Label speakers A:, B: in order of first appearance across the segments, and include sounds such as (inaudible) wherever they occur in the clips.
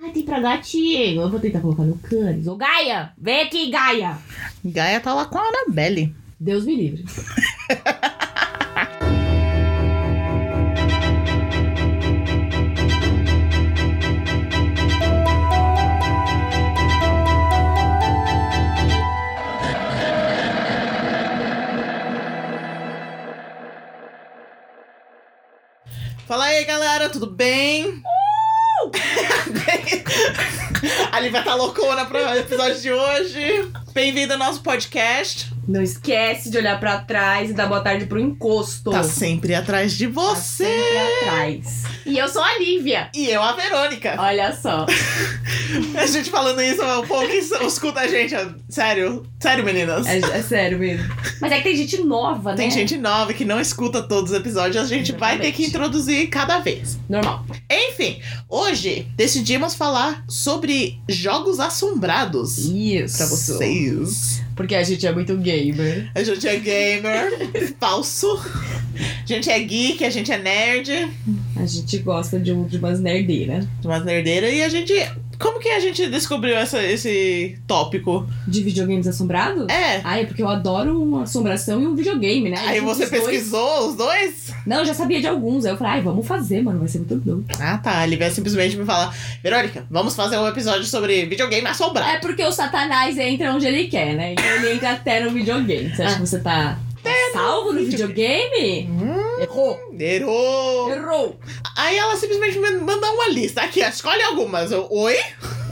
A: Tá pra gatinho. Eu vou tentar colocar no Cannes. Ô, Gaia! Vem aqui, Gaia!
B: Gaia tá lá com a Annabelle.
A: Deus me livre.
B: Fala aí, galera, tudo bem? Uh! (laughs) a Lívia tá loucona pro episódio de hoje. Bem-vindo ao nosso podcast.
C: Não esquece de olhar pra trás e dar boa tarde pro encosto.
B: Tá sempre atrás de
C: Tá
B: você.
C: sempre atrás.
A: E eu sou a Lívia.
B: E eu, a Verônica.
C: Olha só.
B: A gente falando isso, o povo que escuta a gente, ó, sério. Sério, meninas.
C: É, é sério mesmo.
A: Mas é que tem gente nova,
B: Tem
A: né?
B: gente nova que não escuta todos os episódios, a gente vai ter que
C: Exatamente.
B: introduzir cada vez.
C: Normal.
B: Enfim, hoje decidimos falar sobre jogos assombrados
C: Isso.
B: pra vocês.
C: Porque a gente é muito gamer.
B: A gente é
C: (laughs)
B: gamer, falso. A gente é geek, a gente é nerd,
C: A gente gosta de, um, de umas nerdeiras.
B: de umas nerdeiras e a gente. Como que a gente descobriu essa- esse tópico?
C: De videogames assombrados?
B: É.
C: Ah, é porque eu adoro uma assombração e um videogame, né?
B: Aí
C: Junto
B: você
C: os dois.
B: pesquisou os dois?
C: Não, eu já sabia de alguns. Aí eu falei, ai, vamos fazer, mano. Vai ser muito bom.
B: Ah, tá. Ele vai simplesmente me falar: Verônica, vamos fazer um episódio sobre videogame assombrado.
C: É porque o Satanás entra onde ele quer, né? Então ele entra até no videogame. Você acha que você tá salvo no videogame?
B: Hum,
C: Errou!
B: errou.
C: Errou!
B: Aí ela simplesmente me mandou uma lista. Aqui, ó, escolhe algumas. Eu, Oi?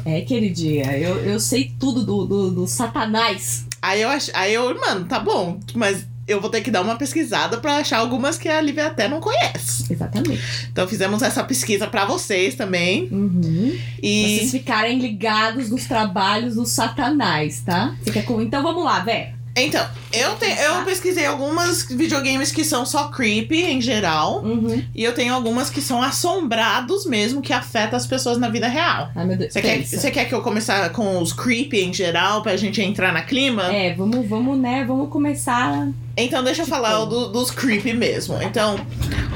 C: É, queridinha, eu, eu sei tudo do, do, do Satanás.
B: Aí eu ach... aí eu, mano, tá bom, mas eu vou ter que dar uma pesquisada pra achar algumas que a Lívia até não conhece.
C: Exatamente.
B: Então fizemos essa pesquisa pra vocês também.
C: Uhum. Vocês
B: E
C: ficarem ligados nos trabalhos do Satanás, tá? Você quer com... Então vamos lá, véi.
B: então, eu te... eu pesquisei algumas videogames que são só creepy em geral,
C: Uhum.
B: e eu tenho algumas que são assombrados mesmo que afeta as pessoas na vida real.
C: Ai, meu Deus.
B: Você quer,
C: pensa.
B: você quer que eu começar com os creepy em geral pra gente entrar na clima?
C: É, vamos, vamos, né? Vamos começar.
B: Então deixa eu falar do- dos creepy mesmo. Então,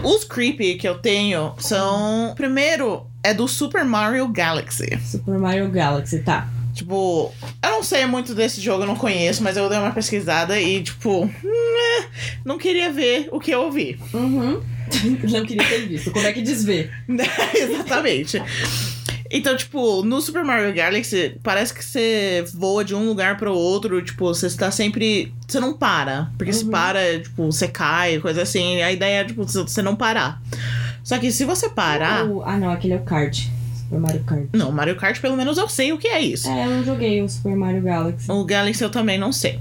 B: os creepy que eu tenho são. Primeiro é do Super Mario Galaxy.
C: Super Mario Galaxy, tá?
B: Tipo, eu não sei muito desse jogo, eu não conheço, mas eu dei uma pesquisada e, tipo, né, não queria ver o que eu ouvi.
C: Uhum. (laughs) Não queria ter visto. Como é que desvê?
B: (laughs) Exatamente. Então, tipo, no Super Mario Galaxy, parece que você voa de um lugar pro outro, tipo, você está sempre. Você não para. Porque se
C: Uhum.
B: para, tipo, você cai, coisa assim. A ideia é, tipo, você não parar. Só que se você parar.
C: O- Ah, não, aquele é o Kart. Super Mario Kart.
B: Não, Mario Kart, pelo menos eu sei o que é isso.
C: É, eu não joguei o Super Mario Galaxy.
B: O Galaxy eu também não sei.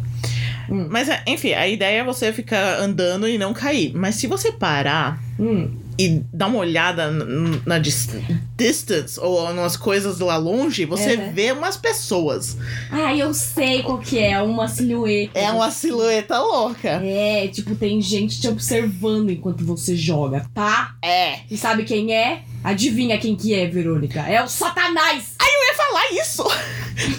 C: Hum.
B: Mas, é, enfim, a ideia é você ficar andando e não cair. Mas se você parar
C: Hum,
B: e dar uma olhada n- n- na dis- distance ou nas coisas lá longe, você
C: Uhum.
B: vê umas pessoas.
C: Ah, eu sei qual que é. Uma silhueta.
B: É uma silhueta louca.
C: É, tipo, tem gente te observando enquanto você joga, tá?
B: É.
C: E sabe quem é? Adivinha quem que é, Verônica? É o Satanás!
B: Eu ia falar isso. (laughs)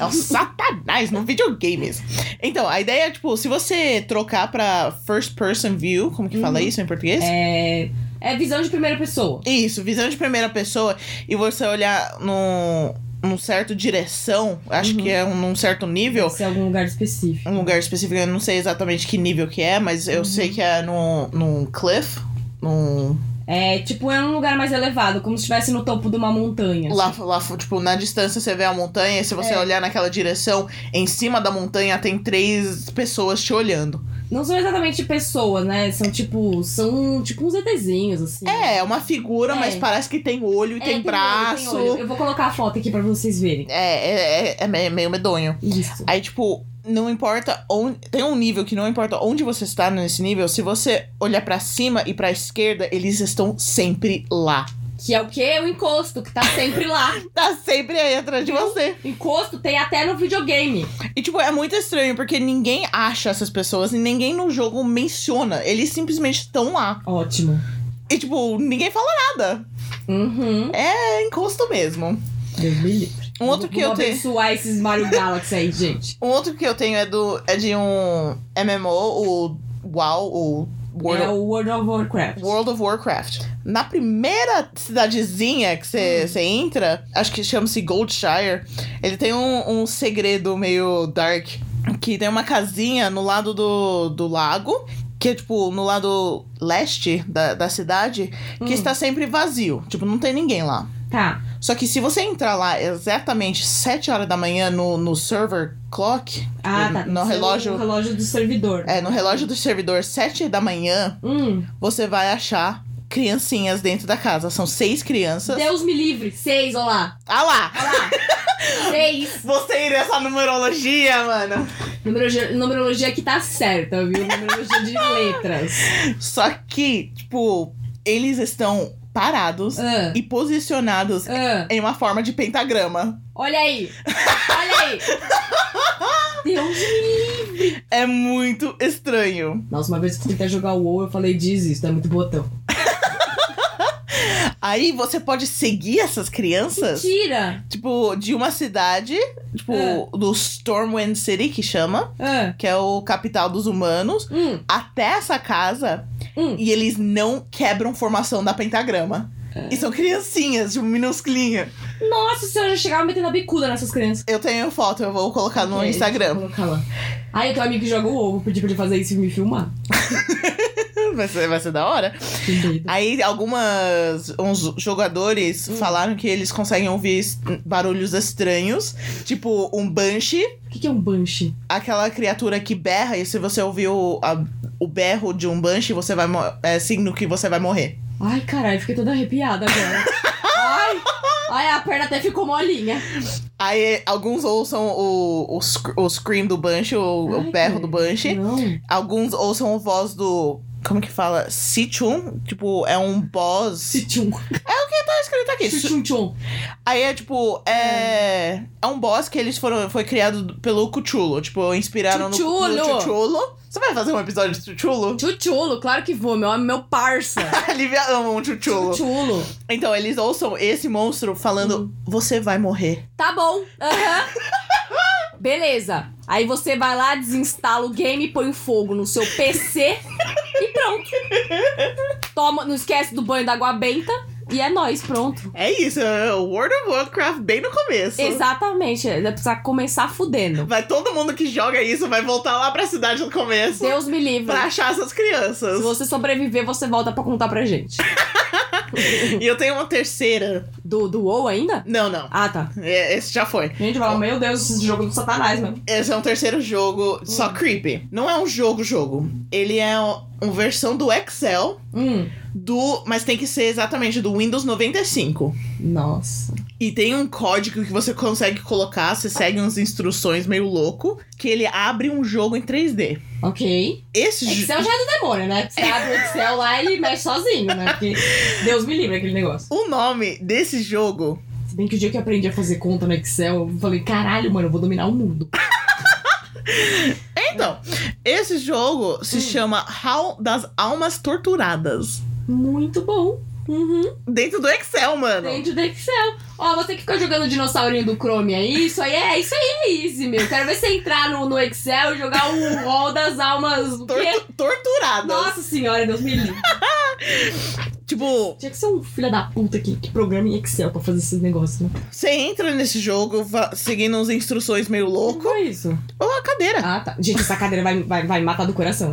B: É o satanás no videogames. Então, a ideia é, tipo, se você trocar pra first person view, como que fala
C: Uhum.
B: isso em português?
C: É. É visão de primeira pessoa.
B: Isso, visão de primeira pessoa e você olhar num, num certo direção, acho
C: Uhum.
B: que é um, num certo nível,
C: Se é algum lugar específico.
B: um lugar específico, eu não sei exatamente que nível que é, mas eu
C: Uhum.
B: sei que é num, num cliff, num,
C: É, tipo, é um lugar mais elevado, como se estivesse no topo de uma montanha.
B: lá, lá, tipo, na distância você vê a montanha e se você
C: É.
B: olhar naquela direção, em cima da montanha tem três pessoas te olhando.
C: Não são exatamente pessoas, né? São tipo. São tipo uns ETzinhos, assim.
B: É, é uma figura,
C: É.
B: mas parece que tem olho e
C: É,
B: tem,
C: olho,
B: braço.
C: tem olho. Eu vou colocar a foto aqui pra vocês verem.
B: É, é, é, é me- meio medonho.
C: Isso.
B: Aí, tipo, não importa onde. Tem um nível que não importa onde você está nesse nível, se você olhar pra cima e pra esquerda, eles estão sempre lá.
C: Que é o quê? O encosto, que tá sempre lá.
B: Tá sempre aí atrás de você.
C: Encosto tem até no videogame.
B: E, tipo, é muito estranho, porque ninguém acha essas pessoas e ninguém no jogo menciona. Eles simplesmente estão lá.
C: Ótimo.
B: E, tipo, ninguém fala nada.
C: Uhum.
B: É encosto mesmo.
C: Deus me livre.
B: Um outro que eu
C: Vamos
B: tenho.
C: abençoar esses Mario Galaxy aí, gente.
B: Um outro que eu tenho é do. é de um MMO, o WoW, o World
C: é o World of Warcraft.
B: World of Warcraft. Na primeira cidadezinha que você entra, acho que chama-se Goldshire, ele tem um, um segredo meio dark. Que tem uma casinha no lado do, do lago, que é tipo no lado leste da, da cidade, que
C: Hum.
B: está sempre vazio. Tipo, não tem ninguém lá.
C: Tá.
B: Só que se você entrar lá exatamente 7 horas da manhã no, no server clock,
C: Ah, tá.
B: no, no
C: Seu-
B: relógio.
C: relógio do servidor.
B: É, no relógio do servidor, 7 da manhã,
C: Hum.
B: você vai achar criancinhas dentro da casa. São seis crianças.
C: Deus me livre. Seis, olá.
B: Ah lá! (laughs)
C: Olá. Seis.
B: Você ir essa numerologia, mano.
C: Numerologia, numerologia que tá certa, viu? Numerologia de
B: (laughs)
C: letras.
B: Só que, tipo, eles estão parados
C: Ah,
B: e posicionados
C: ah.
B: em uma forma de pentagrama.
C: Olha aí. Olha aí. Deus me
B: É muito estranho.
C: Nossa, uma vez que eu tentei jogar o WoW, eu falei, desista, é muito botão.
B: Aí você pode seguir essas crianças,
C: Mentira!
B: tipo, de uma cidade, tipo,
C: Ah.
B: do Stormwind City, que chama,
C: Ah,
B: que é o capital dos humanos,
C: hum,
B: até essa casa
C: hum.
B: E eles não quebram formação da pentagrama. E são criancinhas, tipo, minusculinha.
C: Nossa senhora, eu já chegava metendo a bicuda nessas crianças.
B: Eu tenho foto, eu vou colocar no
C: É,
B: Instagram.
C: Vou colocar lá. Ai, eu tenho um amigo que joga o WoW, vou pedir pra ele fazer isso e me filmar.
B: (laughs) Vai ser, vai ser da hora.
C: Que doido.
B: Aí, algumas... Uns jogadores falaram que eles conseguem ouvir es- barulhos estranhos. Tipo, um banshee.
C: O que, que é um banshee?
B: Aquela criatura que berra. E se você ouvir o, a- o berro de um banshee, você vai... mo- É signo que você vai morrer.
C: Ai, caralho, fiquei toda arrepiada
B: (laughs)
C: agora. Ai, ai, a perna até ficou molinha.
B: Aí, alguns ouçam o, o, sc- o scream do banshee, o,
C: Ai,
B: o berro
C: cara.
B: do banshee.
C: Não.
B: Alguns ouçam o voz do. Como que fala? Sichun? Tipo, é um boss.
C: Tchum.
B: Tá escrito aqui. Su-
C: Tchum, tchum.
B: Aí é tipo. É. É um boss que eles foram. Foi criado pelo Cuchulo. Tipo, inspiraram no-
C: Cthulhu!
B: no Cuchulo. Você vai fazer um episódio de (laughs) Cuchulo?
C: Tchutchulo, claro que vou, meu, meu parça.
B: Aliviar um Cuchulo.
C: Tchutchulo.
B: Então, eles ouçam esse monstro falando:
C: Hum.
B: Você vai morrer.
C: Tá bom. Aham. Beleza. Aí você vai lá, desinstala o game, põe fogo no seu PC e pronto. Toma, não esquece do banho da água benta e é nóis, pronto.
B: É isso. É o World of Warcraft bem no começo.
C: Exatamente, vai precisar começar fudendo.
B: Vai todo mundo que joga isso vai voltar lá pra cidade do começo
C: Deus me livre.
B: pra achar essas crianças.
C: Se você sobreviver, você volta pra contar pra gente.
B: E eu tenho uma terceira.
C: Do, do WoW ainda?
B: Não, não.
C: Ah, tá.
B: É, Esse já foi.
C: A gente fala, meu Deus, esse jogo do satanás, mano.
B: Esse é um terceiro jogo,
C: Hum.
B: só creepy. Não é um jogo, jogo. Ele é um- uma versão do Excel,
C: Hum.
B: do. Mas tem que ser exatamente do Windows 95.
C: Nossa.
B: E tem um código que você consegue colocar, você segue umas instruções meio louco, que ele abre um jogo em 3D.
C: Ok.
B: Esse jo-
C: Excel já é do demônio, né? Você abre o Excel lá e ele mexe sozinho, né? Porque Deus me livre aquele negócio.
B: O nome desse jogo.
C: Se bem que o dia que eu aprendi a fazer conta no Excel, eu falei, caralho, mano, eu vou dominar o mundo.
B: Então, esse jogo se
C: Hum.
B: chama Hall das Almas Torturadas.
C: Muito bom. Uhum.
B: Dentro do Excel, mano.
C: Dentro do Excel. Ó, você que fica jogando dinossaurinho do Chrome aí, isso aí é, isso aí é easy, meu. Quero ver você entrar no, no Excel e jogar o rol das almas. o quê?
B: Tortu- torturadas.
C: Nossa senhora, Deus me livre.
B: Tipo,
C: Tinha que ser um filho da puta que, que programa em Excel pra fazer esses negócios, né?
B: Você entra nesse jogo va- seguindo as instruções meio louco
C: é isso?
B: ou a cadeira
C: Ah, tá. Gente, essa cadeira vai, vai, vai matar do coração.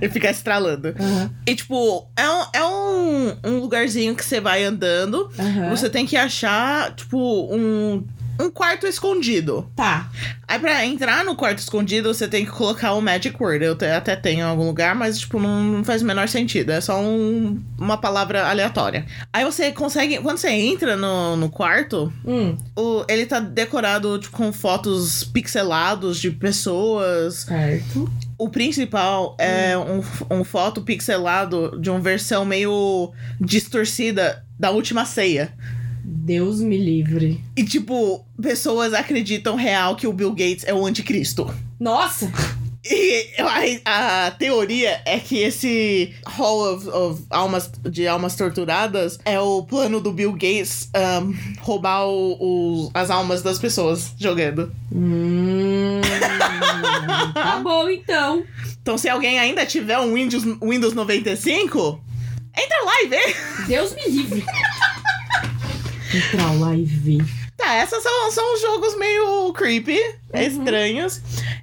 B: e fica estralando.
C: Aham.
B: E tipo, é um, é um, um lugarzinho que você vai andando,
C: Aham.
B: você tem que achar, tipo, um, um quarto escondido.
C: Tá.
B: Aí pra entrar no quarto escondido, você tem que colocar o Magic Word. Eu te- até tenho em algum lugar, mas tipo, não, não faz o menor sentido. É só um- uma palavra aleatória. Aí você consegue, quando você entra no, no quarto,
C: Hum,
B: O- ele tá decorado tipo, com fotos pixelados de pessoas.
C: certo.
B: O principal é um, um foto pixelado de uma versão meio distorcida da última ceia.
C: Deus me livre.
B: E, tipo, pessoas acreditam real que o Bill Gates é o anticristo.
C: Nossa!
B: E a, a teoria é que esse Hall of, of almas, de Almas Torturadas é o plano do Bill Gates ahn, roubar o- o- as almas das pessoas jogando.
C: Hum, tá bom, então.
B: Então, se alguém ainda tiver um Windows, Windows 95, entra lá e vê. (laughs)
C: Deus me livre.
A: Entrar lá e ver.
B: Tá, essas são, são jogos meio creepy,
C: Uhum.
B: estranhos.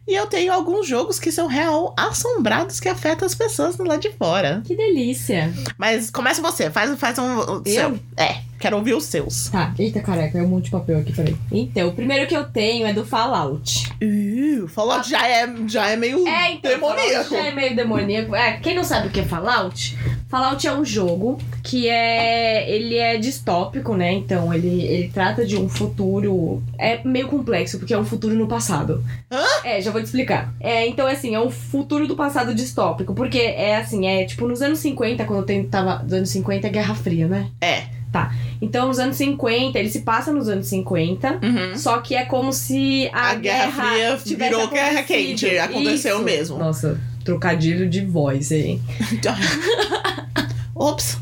B: E eu tenho alguns jogos que são real assombrados que afetam as pessoas lá de fora.
C: Que delícia.
B: Mas começa você, faz, faz um. o Seu. É, quero ouvir os seus.
A: Tá, eita careca, é um monte de papel aqui, peraí.
C: Então, o primeiro que eu tenho é do Fallout.
B: Uh, Fallout já é, já é meio
C: É, então,
B: demoníaco.
C: Fallout já é meio demoníaco. É, quem não sabe o que é Fallout? Fallout é um jogo que é. Ele é distópico, né? Então, ele, ele trata de um futuro. É meio complexo, porque é um futuro no passado.
B: Hã?
C: É, já vou te explicar. É, então, é assim, é um futuro do passado distópico. Porque é assim, é tipo nos anos 50, quando tem, tava. Nos anos 50 é Guerra Fria, né?
B: É.
C: Tá. Então, nos anos 50, ele se passa nos anos 50. (laughs)
B: Uhum.
C: Só que é como se a,
B: A Guerra Fria
C: tivesse
B: virou Guerra
C: acontecido.
B: Quente, aconteceu
C: Isso.
B: mesmo.
C: Nossa, trocadilho de voz, hein?
B: Ops.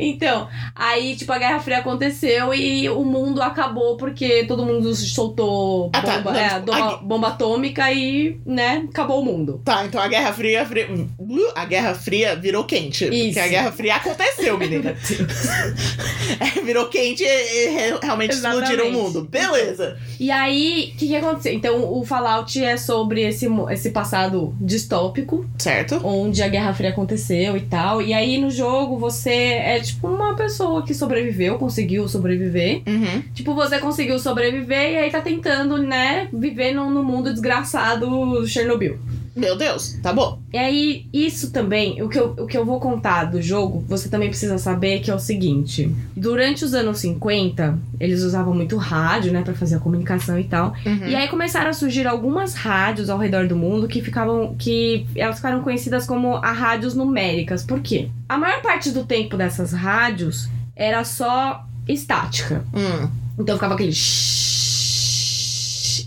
C: Então, aí, tipo, a Guerra Fria aconteceu e o mundo acabou porque todo mundo soltou
B: Ah,
C: bomba,
B: tá. Não,
C: é,
B: tipo,
C: doma-
B: a-
C: bomba atômica e, né, acabou o mundo.
B: Tá, então a Guerra Fria. fri- uh, A Guerra Fria virou quente.
C: Isso.
B: Porque a Guerra Fria aconteceu, menina. É, (laughs) virou quente e, e re- realmente explodiram o
C: Exatamente.
B: mundo. Beleza.
C: E aí, o que, que aconteceu? Então, o Fallout é sobre esse, mu- esse passado distópico
B: Certo?
C: onde a Guerra Fria aconteceu e tal. E aí no jogo você é tipo uma pessoa que sobreviveu, conseguiu sobreviver.
B: Uhum.
C: Tipo, você conseguiu sobreviver e aí tá tentando, né, viver no, no mundo desgraçado Chernobyl.
B: Meu Deus, tá bom.
C: E aí, isso também, o que, eu, o que eu vou contar do jogo, você também precisa saber que é o seguinte. Durante os anos 50, eles usavam muito rádio, né, pra fazer a comunicação e tal.
B: Uhum.
C: E aí começaram a surgir algumas rádios ao redor do mundo que ficavam. que elas ficaram conhecidas como a rádios numéricas. Por quê? A maior parte do tempo dessas rádios era só estática.
B: Hum.
C: Então ficava aquele. shhh,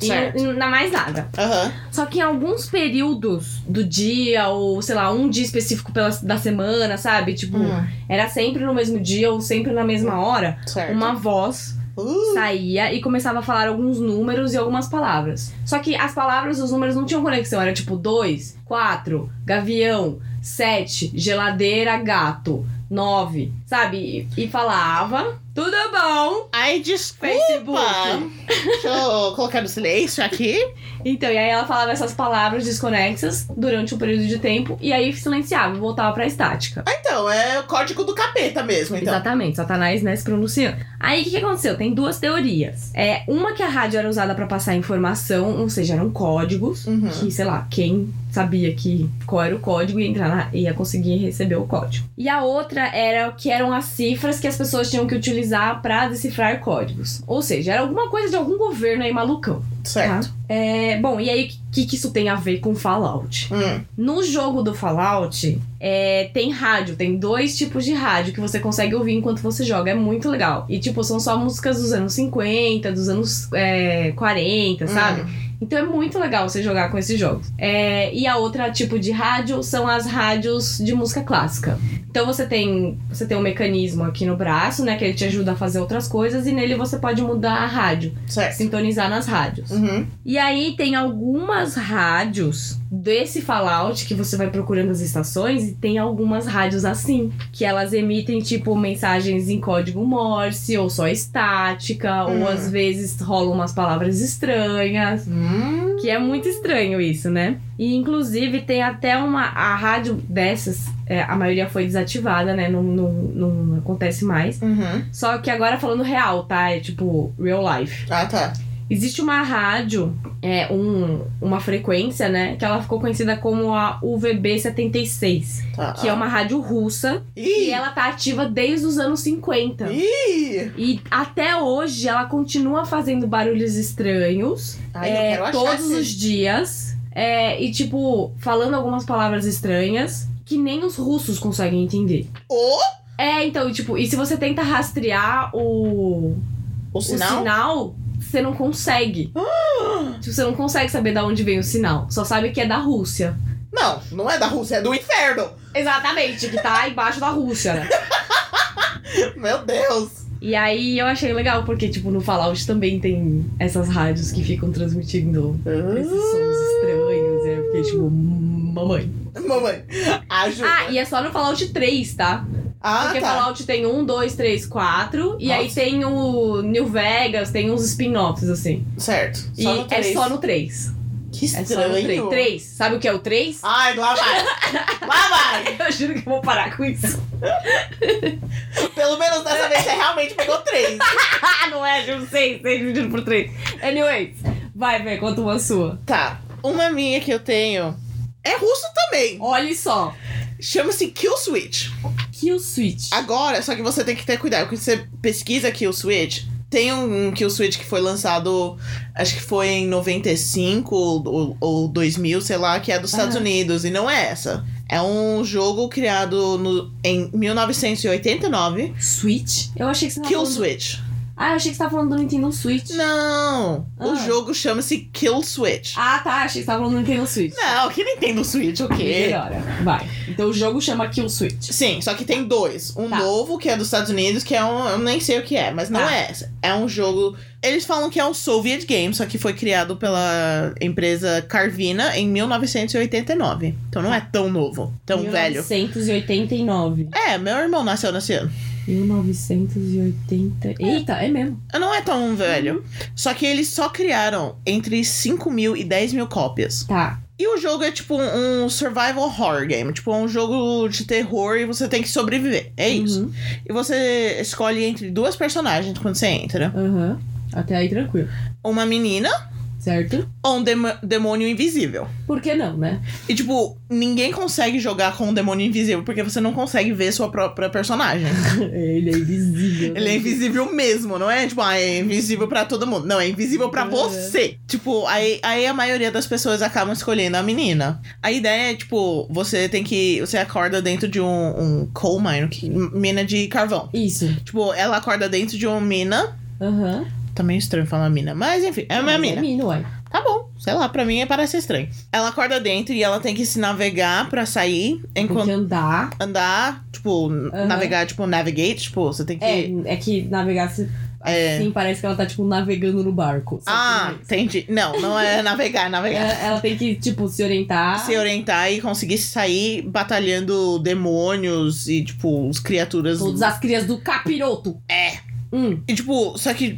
C: E
B: Certo.
C: não, não há mais nada.
B: Aham.
C: Só que em alguns períodos do dia, ou sei lá, um dia específico pela, da semana, sabe? Tipo,
B: Hum,
C: era sempre no mesmo dia ou sempre na mesma hora,
B: Certo.
C: uma voz
B: Uh,
C: saía e começava a falar alguns números e algumas palavras. Só que as palavras e os números não tinham conexão, era tipo 2, 4, gavião, 7, geladeira, gato, 9, sabe? E, e falava, tudo bom,
B: Ai, desculpa.
C: Facebook.
B: Deixa eu colocar no silêncio aqui.
C: Então, e aí ela falava essas palavras desconexas durante um período de tempo e aí silenciava, voltava pra estática.
B: Ah, então, é o código do capeta mesmo, então.
C: Exatamente, Satanás, né, se pronunciando. Aí o que, que aconteceu? Tem duas teorias. É, uma que a rádio era usada pra passar informação, ou seja, eram códigos.
B: Uhum.
C: Que, sei lá, quem sabia que qual era o código ia entrar na, ia conseguir receber o código. E a outra era que eram as cifras que as pessoas tinham que utilizar pra decifrar códigos. Ou seja, era alguma coisa de algum governo aí malucão.
B: Certo.
C: É, bom, e aí o que, que isso tem a ver com Fallout?
B: Hum.
C: No jogo do Fallout, é, tem rádio, tem dois tipos de rádio que você consegue ouvir enquanto você joga. É muito legal. E, tipo, são só músicas dos anos 50, dos anos é, 40, sabe?
B: Hum.
C: Então é muito legal você jogar com esses jogos. É, e a outra tipo de rádio são as rádios de música clássica. Então você tem você tem um mecanismo aqui no braço, né, que ele te ajuda a fazer outras coisas e nele você pode mudar a rádio,
B: Certo.
C: sintonizar nas rádios.
B: Uhum.
C: E aí tem algumas rádios desse Fallout que você vai procurando as estações e tem algumas rádios assim, que elas emitem tipo mensagens em código Morse ou só estática,
B: Hum.
C: ou às vezes rolam umas palavras estranhas,
B: Hum.
C: que é muito estranho isso, né? E inclusive tem até uma a rádio dessas, é, a maioria foi desativada, né? Não, não, não acontece mais.
B: Uhum.
C: Só que agora falando real, tá? É tipo real life.
B: Ah, tá.
C: Existe uma rádio, é, um, uma frequência, né? Que ela ficou conhecida como a UVB76,
B: tá.
C: que é uma rádio russa e
B: Ih,
C: ela tá ativa desde os anos 50.
B: ih.
C: E até hoje ela continua fazendo barulhos estranhos
B: Ai,
C: é,
B: eu quero achar
C: todos
B: esse-
C: os dias. é, e, tipo, falando algumas palavras estranhas que nem os russos conseguem entender.
B: O,
C: É, então, e, tipo, e se você tenta rastrear o,
B: o
C: o
B: sinal?
C: sinal, você não consegue. Tipo, você não consegue saber de onde vem o sinal. Só sabe que é da Rússia.
B: Não, não é da Rússia, é do inferno.
C: Exatamente, que tá (laughs) embaixo da Rússia, né?
B: Meu Deus.
C: E aí eu achei legal, porque, tipo, no Fallout também tem
B: Uhum.
C: essas rádios que ficam transmitindo esses sons estranhos. E aí eu fiquei, tipo, hum,
A: Mamãe.
B: Mamãe, ajuda.
C: Ah, e é só no Fallout 3, tá?
B: Ah,
C: Porque Fallout tem um, dois, três, quatro. E aí
B: Nossa.
C: tem o New Vegas, tem uns spin-offs, assim.
B: Certo.
C: e
B: Só no
C: é
B: três.
C: só no 3.
B: Que
C: É só no 3.
B: estranho.
C: 3. Sabe o que é o
B: (laughs)
C: 3?
B: Ai, lá vai. lá vai.
C: Eu juro que eu vou parar com
B: (laughs)
C: isso.
B: Pelo menos dessa vez você realmente pegou três.
C: Ah, não é, eu sei, sei dividido por 3. Anyways, vai, ver conta uma sua.
B: Tá. Uma minha que eu tenho é russo também.
C: Olha só.
B: Chama-se Kill Switch.
C: Kill Switch.
B: Agora, só que você tem que ter cuidado. Quando você pesquisa Kill Switch, tem um Kill Switch que foi lançado, acho que foi em 95 ou, ou- ou 2000, sei lá, que é dos Estados
C: Aham.
B: Unidos. E não é essa. É um jogo criado no, em 1989.
C: Switch? Eu achei que você tava
B: Kill
C: falando...
B: Switch.
C: Ah, eu achei que você tava falando do Nintendo Switch.
B: Não! O
C: Ah.
B: jogo chama-se Kill Switch.
C: Ah, tá, achei que você tava falando do Nintendo Switch.
B: Não, que Nintendo Switch, o quê?
C: Melhora. Vai. Então o jogo chama Kill Switch.
B: Sim, só que tem dois. Um
C: Tá.
B: novo, que é dos Estados Unidos, que é um. Eu nem sei o que é, mas não
C: Tá.
B: é essa. É um jogo. Eles falam que é um Soviet game, só que foi criado pela empresa Carvina em 1989. Então não é tão novo, tão velho.
C: 1989.
B: É, meu irmão nasceu nesse ano.
C: 1980. Eita, é mesmo.
B: Não é tão velho.
C: Uhum.
B: Só que eles só criaram entre 5 mil e 10 mil cópias.
C: Tá.
B: E o jogo é tipo um um survival horror game. Tipo, é um jogo de terror e você tem que sobreviver. É isso.
C: Uhum.
B: E você escolhe entre duas personagens quando você entra.
C: Uhum. Aham. Até aí tranquilo.
B: Uma menina
C: Certo?
B: ou um demo- demônio invisível.
C: Por que não, né? (laughs)
B: E, tipo, ninguém consegue jogar com um demônio invisível porque você não consegue ver sua própria personagem.
C: Ele é invisível.
B: Ele é invisível mesmo, não é? Tipo, ah, é invisível pra todo mundo. Não, é invisível pra
C: É.
B: você. Tipo, aí, aí a maioria das pessoas acabam escolhendo a menina. A ideia é, tipo, você tem que. Você acorda dentro de um, um coal mine, que- mina de carvão.
C: Isso.
B: Tipo, ela acorda dentro de uma mina.
C: Aham.
B: Tá meio estranho falar mina, mas enfim, é uma
C: Mas
B: mina.
C: É mina, uai.
B: Tá bom, sei lá, pra mim parece estranho. Ela acorda dentro e ela tem que se navegar pra sair,
C: Tem
B: enquanto
C: que andar.
B: andar, tipo, navegar, tipo, navigate, tipo, você tem que.
C: É, é que navegar se.
B: É.
C: Sim, parece que ela tá, tipo, navegando no barco. Só que
B: ah, entendi. Não, não é navegar, é navegar.
C: Ela, ela tem que, tipo, se orientar.
B: Se orientar e conseguir sair batalhando demônios e, tipo, as criaturas.
C: Todas as crias do capiroto.
B: É.
C: Hum.
B: E, tipo, só que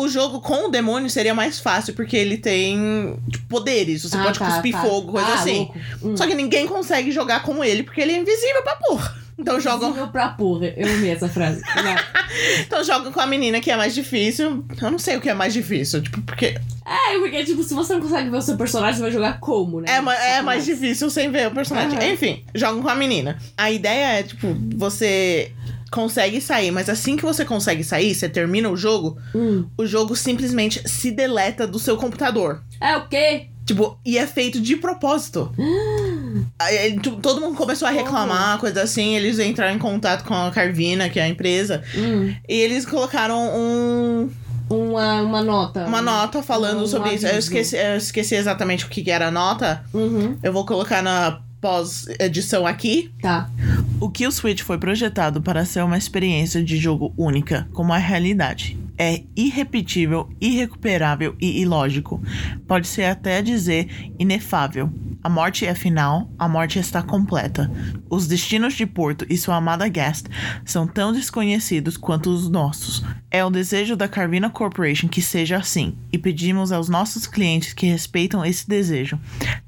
B: o jogo com o demônio seria mais fácil, porque ele tem tipo, poderes. Você
C: Ah,
B: pode
C: tá,
B: cuspir
C: tá.
B: fogo, coisa
C: ah,
B: assim.
C: Louco. Hum.
B: Só que ninguém consegue jogar com ele, porque ele é invisível pra porra. Então jogam
C: Invisível pra porra. Eu amei essa
B: (laughs)
C: frase. Vai.
B: Então jogam com a menina que é mais difícil. Eu não sei o que é mais difícil, tipo, porque
C: é, porque, tipo, se você não consegue ver o seu personagem, você vai jogar como, né?
B: é, ma- é mais
C: Sacanagem.
B: difícil sem ver o personagem.
C: Aham.
B: Enfim, jogam com a menina. A ideia é, tipo, você consegue sair, mas assim que você consegue sair, você termina o jogo,
C: Hum.
B: o jogo simplesmente se deleta do seu computador.
C: É o quê?
B: Tipo, e é feito de propósito. Aí, tu- todo mundo começou a
C: Como?
B: reclamar, coisa assim. Eles entraram em contato com a Carvina, que é a empresa,
C: Hum.
B: e eles colocaram um
C: Uma, uma nota.
B: uma nota falando
C: um
B: sobre isso. Eu
C: aviso.
B: esqueci, eu esqueci exatamente o que que era a nota.
C: Uhum.
B: Eu vou colocar na pós-edição aqui.
C: Tá.
B: O Kill Switch foi projetado para ser uma experiência de jogo única, como a realidade. É irrepetível, irrecuperável e ilógico. Pode ser até dizer inefável. A morte é final, a morte está completa. Os destinos de Porto e sua amada Guest são tão desconhecidos quanto os nossos. É o desejo da Carvina Corporation que seja assim, e pedimos aos nossos clientes que respeitam esse desejo.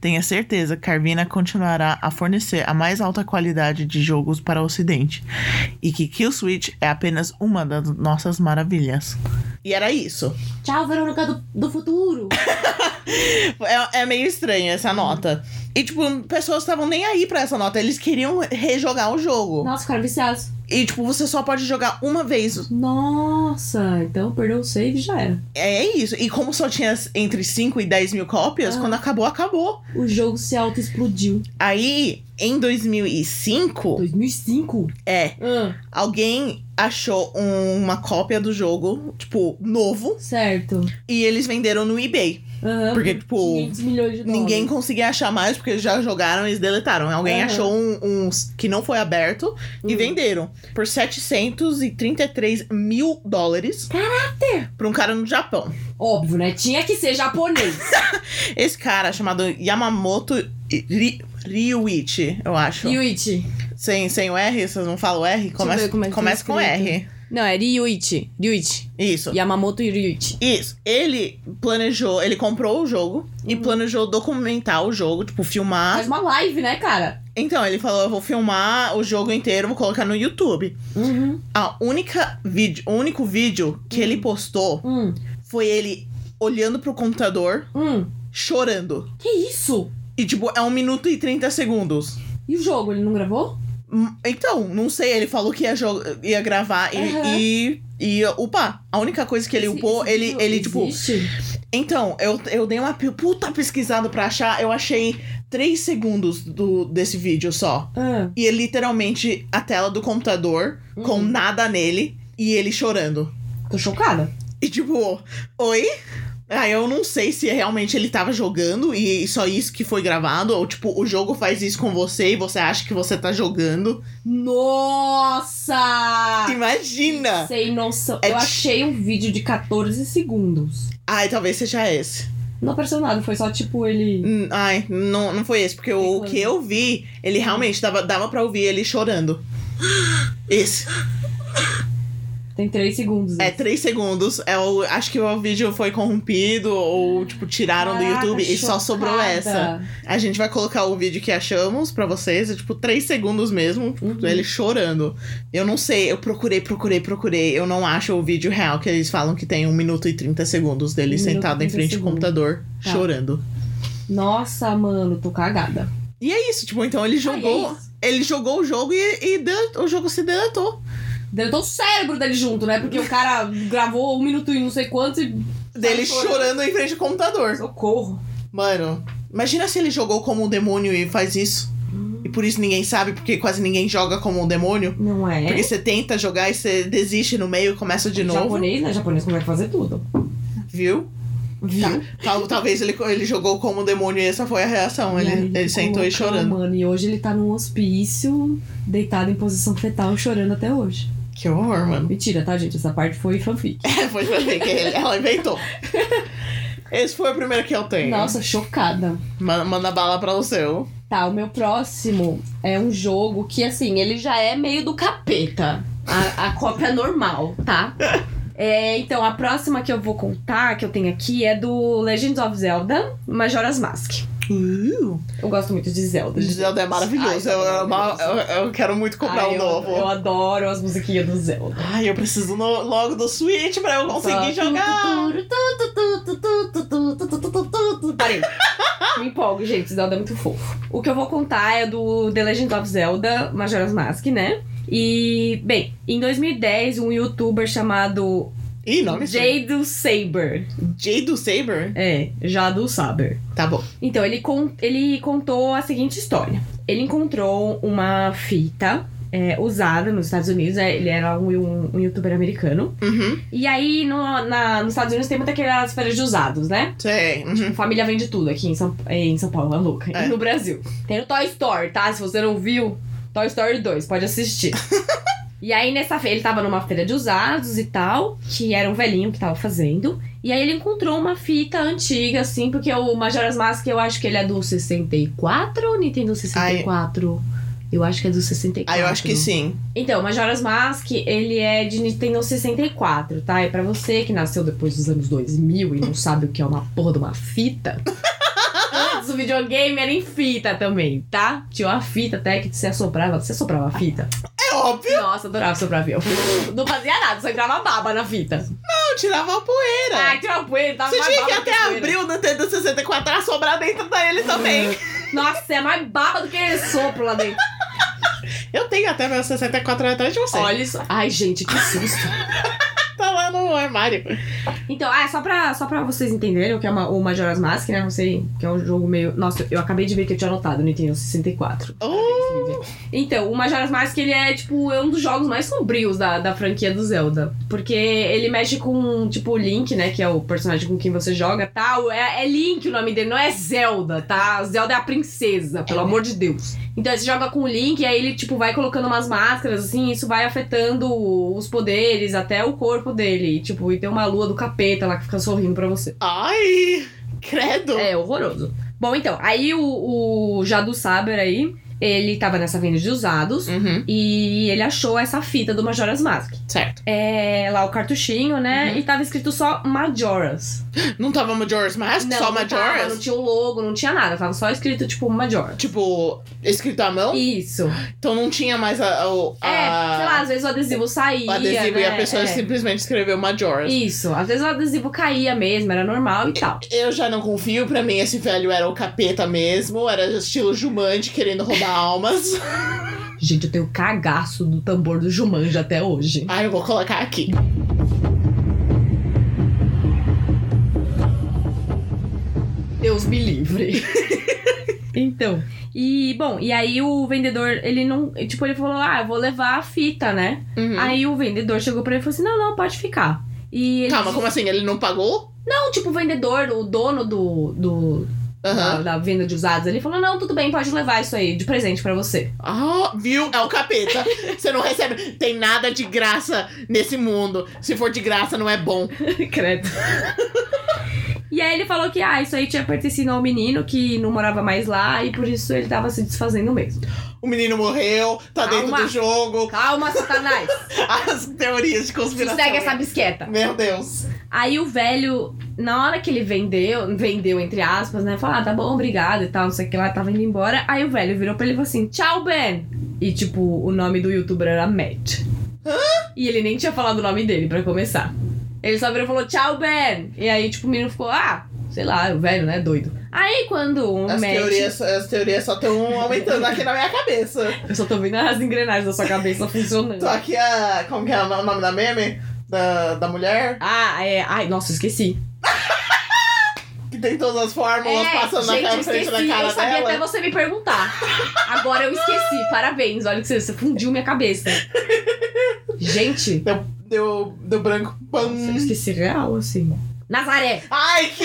B: Tenha certeza, Carvina continuará a fornecer a mais alta qualidade de jogo jogos para o Ocidente. E que Kill Switch é apenas uma das nossas maravilhas. E era isso.
C: Tchau, Verônica do, do futuro.
B: É, é meio estranho essa nota. E, tipo, pessoas estavam nem aí pra essa nota. Eles queriam rejogar o jogo.
C: Nossa, cara, viciados.
B: E, tipo, você só pode jogar uma vez.
C: Nossa, então perdeu o save e já era.
B: É isso. E como só tinha entre 5 e 10 mil cópias,
C: Ah.
B: quando acabou, acabou.
C: O jogo se auto-explodiu.
B: Aí, em 2005,
C: 2005?
B: é,
C: Ah,
B: alguém achou um- uma cópia do jogo, tipo, novo.
C: certo.
B: E eles venderam no eBay.
C: Aham.
B: Porque, tipo,
C: 500 milhões de dólares.
B: ninguém conseguia achar mais, porque eles já jogaram e eles deletaram. Alguém
C: Aham.
B: achou um, um que não foi aberto e
C: Hum.
B: venderam por 733 mil dólares. Caraca! Pra um cara no Japão. (laughs)
C: Óbvio, né? Tinha que ser japonês.
B: Esse cara, chamado Yamamoto Iri- Ryuichi, eu acho.
C: Ryuichi.
B: Sem, sem o R, vocês não falam R? Começa,
C: ver como é que tá
B: começa com R.
C: Não, é Ryuichi. Ryuichi.
B: Isso.
C: Yamamoto Ryuichi.
B: Isso. Ele planejou, ele comprou o jogo e
C: Hum.
B: planejou documentar o jogo, tipo, filmar.
C: Faz uma live, né, cara?
B: Então, ele falou: eu vou filmar o jogo inteiro, vou colocar no YouTube.
C: Uhum.
B: A única vídeo, o único vídeo que ele postou
C: Hum.
B: foi ele olhando pro computador,
C: Hum.
B: chorando.
C: Que isso?
B: E, tipo, é um minuto e 30 segundos.
C: E o jogo, ele não gravou?
B: Hum, Então, não sei, ele falou que ia, jo- ia gravar e,
C: Aham.
B: e, e ia upar. A única coisa que ele
C: Esse-
B: upou,
C: esse
B: ele,
C: vídeo
B: ele tipo.
C: existe?
B: Então, eu, eu dei uma pi- puta pesquisada pra achar, eu achei 3 segundos do, desse vídeo só.
C: Ah.
B: E é literalmente a tela do computador, com
C: Uhum.
B: nada nele, e ele chorando.
C: Tô chocada.
B: E tipo, oi? Ah, eu não sei se realmente ele tava jogando e só isso que foi gravado, ou tipo, o jogo faz isso com você e você acha que você tá jogando.
C: Nossa!
B: Imagina!
C: Sem noção.
B: É
C: Eu
B: ti-
C: achei um vídeo de 14 segundos.
B: Ai, talvez seja esse.
C: Não apareceu nada, foi só tipo ele.
B: Hum, Ai, não, não foi esse, porque o,
C: Tem
B: que eu vi, ele realmente dava, dava pra ouvir
C: (gasps)
B: ele chorando. Esse.
C: Tem 3 segundos. né?
B: É, três segundos. É o, acho que o vídeo foi corrompido ou, tipo, tiraram do
C: Caraca,
B: YouTube e só
C: chocada.
B: sobrou essa. A gente vai colocar o vídeo que achamos pra vocês. É, tipo, três segundos mesmo,
C: Uhum.
B: ele chorando. Eu não sei, eu procurei, procurei, procurei. Eu não acho o vídeo real, que eles falam que tem um minuto e 30 segundos dele
C: Um minuto e
B: sentado em
C: 30
B: frente ao
C: segundos.
B: computador,
C: Tá.
B: chorando.
C: Nossa, mano, tô cagada.
B: E é isso, tipo, então ele jogou.
C: Ah, e é isso.
B: ele jogou o jogo e, e deu- o jogo se deletou.
C: Deletou o cérebro dele junto, né? Porque o cara (laughs) gravou um minuto e não sei quanto e.
B: Dele
C: chorando.
B: chorando em frente ao computador.
C: Socorro.
B: Mano, imagina se ele jogou como um demônio e faz isso.
C: Hum.
B: E por isso ninguém sabe, porque quase ninguém joga como um demônio.
C: Não é?
B: Porque você tenta jogar e você desiste no meio e começa de novo.
C: Japonês, né? Japonês consegue fazer tudo.
B: Viu?
C: Viu?
B: Tal- talvez ele, ele jogou como um demônio e essa foi a reação.
C: E
B: Ele,
C: aí é
B: ele
C: ficou
B: sentou e
C: loucão,
B: chorando.
C: Mano, e hoje ele tá num hospício, deitado em posição fetal, chorando até hoje.
B: Que horror,
C: (laughs)
B: mano.
C: Mentira, tá, gente? Essa parte foi fanfic.
B: É, foi ver que ele- ela inventou. Esse foi o primeiro que eu tenho.
C: Nossa, chocada.
B: Ma- Manda bala para o seu.
C: Tá, o meu próximo é um jogo que, assim, ele já é meio do capeta. A, a cópia normal,
B: (laughs)
C: tá? É, então, a próxima que eu vou contar, que eu tenho aqui, é do Legends of Zelda Majora's Mask.
B: Uh,
C: Eu gosto muito de Zelda. gente.
B: Zelda é maravilhoso.
C: Ai,
B: eu,
C: Zelda é
B: eu-
C: maravilhoso.
B: eu- eu quero muito comprar
C: Ai,
B: um
C: eu-
B: novo.
C: Eu, adoro as musiquinhas do Zelda.
B: Ai, eu preciso no- logo do Switch pra eu conseguir
C: Só-
B: jogar. (laughs)
C: Parei. Me empolgo, gente. Zelda é muito fofo. O que eu vou contar é do The Legend of Zelda Majora's Mask, né? E, bem, em 2010, um youtuber chamado
B: Ih, nome é Jay...
C: Jado Saber.
B: Jay do Saber?
C: É, Jado Saber.
B: Tá bom.
C: Então, ele, con- ele contou a seguinte história. Ele encontrou uma fita é, usada nos Estados Unidos. é, Ele era um- um- um youtuber americano.
B: Uhum.
C: E aí, no, na- nos Estados Unidos tem muita aquelas feiras de usados, né?
B: Sei. Uhum.
C: Família vende tudo aqui em São, em São Paulo, é louca.
B: É.
C: E no Brasil. Tem no Toy Story, tá? Se você não viu, Toy Story 2, pode
B: (laughs)
C: assistir. e aí, nessa feira, ele tava numa feira de usados e tal, que era um velhinho que tava fazendo. E aí ele encontrou uma fita antiga, assim, porque o Majora's Mask, eu acho que ele é do 64, Nintendo 64. Eu acho que é do 64.
B: Ah, eu acho que sim.
C: Então, Majora's Mask, ele é de Nintendo 64, tá? E pra você que nasceu depois dos anos 2000 e não sabe o que é uma porra de uma
B: (laughs)
C: fita... antes o videogame era em fita também, tá? Tinha uma fita até que você assoprava... Você assoprava a fita?
B: É óbvio.
C: Nossa, adorava soprar a fita. Não fazia nada, só entrava baba na fita.
B: Eu tirava a poeira.
C: Ah, tirava poeira, tava
B: Então. Você
C: mais
B: tinha
C: baba do
B: que até
C: poeira.
B: abrir o Nintendo 64 pra sobrar dentro dele também.
C: Nossa, é mais baba do que sopro lá dentro.
B: Eu tenho até meu 64 atrás de você.
C: Olha isso. Ai, gente, que susto.
B: Tá lá no armário.
C: Então, ah, só pra, só pra vocês entenderem o que é uma, o Majora's Mask, né? Não sei, que é um jogo meio. Nossa, eu acabei de ver que eu tinha anotado no Nintendo 64.
B: Uh.
C: Então, o Majora's Mask, ele é, tipo, é um dos jogos mais sombrios da, da franquia do Zelda. Porque ele mexe com, tipo, o Link, né? Que é o personagem com quem você joga tal. É, é Link o nome dele, não é Zelda, tá? Zelda é a princesa, pelo amor de Deus. Então, aí você joga com o Link e aí ele, tipo, vai colocando umas máscaras, assim. Isso vai afetando os poderes, até o corpo dele. E, tipo, e tem uma lua do capeta lá que fica sorrindo pra você.
B: Ai, credo.
C: É horroroso. Bom, então, aí o, o Jadu Saber aí, ele tava nessa venda de usados.
B: Uhum.
C: E ele achou essa fita do Majora's Mask.
B: Certo.
C: É, lá o cartuchinho, né?
B: Uhum.
C: E tava escrito só Majora's.
B: Não tava Majora's Mask?
C: não,
B: só
C: não tava,
B: Majora's?
C: não tinha o logo, não tinha nada. Tava só escrito, tipo, Majora.
B: Tipo, escrito à mão?
C: Isso.
B: Então não tinha mais a, a, o-
C: É,
B: a-
C: sei lá, às vezes o adesivo saía,
B: Ah. o adesivo e
C: né?
B: a pessoa
C: É.
B: simplesmente escreveu Majora's.
C: Isso, às vezes o adesivo caía mesmo, era normal e tal.
B: Eu já não confio, pra mim esse velho era o capeta mesmo, era estilo Jumanji querendo roubar
C: (laughs)
B: almas.
C: Gente, eu tenho cagaço do tambor do Jumanji até hoje.
B: Ah, eu vou colocar aqui.
C: Deus me livre. (laughs) então. E, bom, e aí o vendedor, ele não. Tipo, ele falou: ah, eu vou levar a fita, né?
B: Uhum.
C: Aí o vendedor chegou pra ele e falou assim: não, não, pode ficar. E ele.
B: Calma, como assim? Ele não pagou?
C: Não, tipo, o vendedor, o dono do. do
B: Aham.
C: da, da venda de usados, ele falou: não, tudo bem, pode levar isso aí de presente pra você. (laughs)
B: Ah, viu? É o capeta. Você não recebe. Tem nada de graça nesse mundo. Se for de graça, não é bom.
C: Credo. E aí ele falou que ah, isso aí tinha pertencido ao menino que não morava mais lá e por isso ele tava se desfazendo mesmo.
B: O menino morreu, tá dentro
C: Calma.
B: do jogo.
C: Calma, Satanás!
B: As teorias de conspiração.
C: Segue essa bisqueta.
B: Meu Deus.
C: Aí o velho, na hora que ele vendeu, vendeu entre aspas, né? Falou, ah, tá bom, obrigado e tal, não sei o que lá, tava indo embora. Aí o velho virou pra ele e falou assim, tchau, Ben! E tipo, o nome do youtuber era Matt. E ele nem tinha falado o nome dele pra começar. Ele só virou e falou, tchau, Ben! E aí, tipo, o menino ficou, ah, sei lá, o velho, né? Doido. Aí quando o
B: As
C: Matt.
B: teorias, as teorias só estão aumentando aqui na minha cabeça.
C: (laughs) Eu só tô vendo as engrenagens da sua cabeça funcionando.
B: Tô aqui a. Como que é o nome da meme? Da, da mulher?
C: Ah, é. Ai, nossa, eu esqueci.
B: Que tem todas as fórmulas
C: É,
B: passando na
C: gente,
B: cara,
C: eu
B: frente
C: esqueci,
B: da
C: eu
B: cara
C: sabia
B: dela.
C: até você me perguntar. Agora eu esqueci, parabéns. Olha que você, você fundiu minha cabeça. Gente,
B: Deu, deu, deu branco. Pam.
C: nossa, eu esqueci real, assim. Nazaré!
B: Ai, que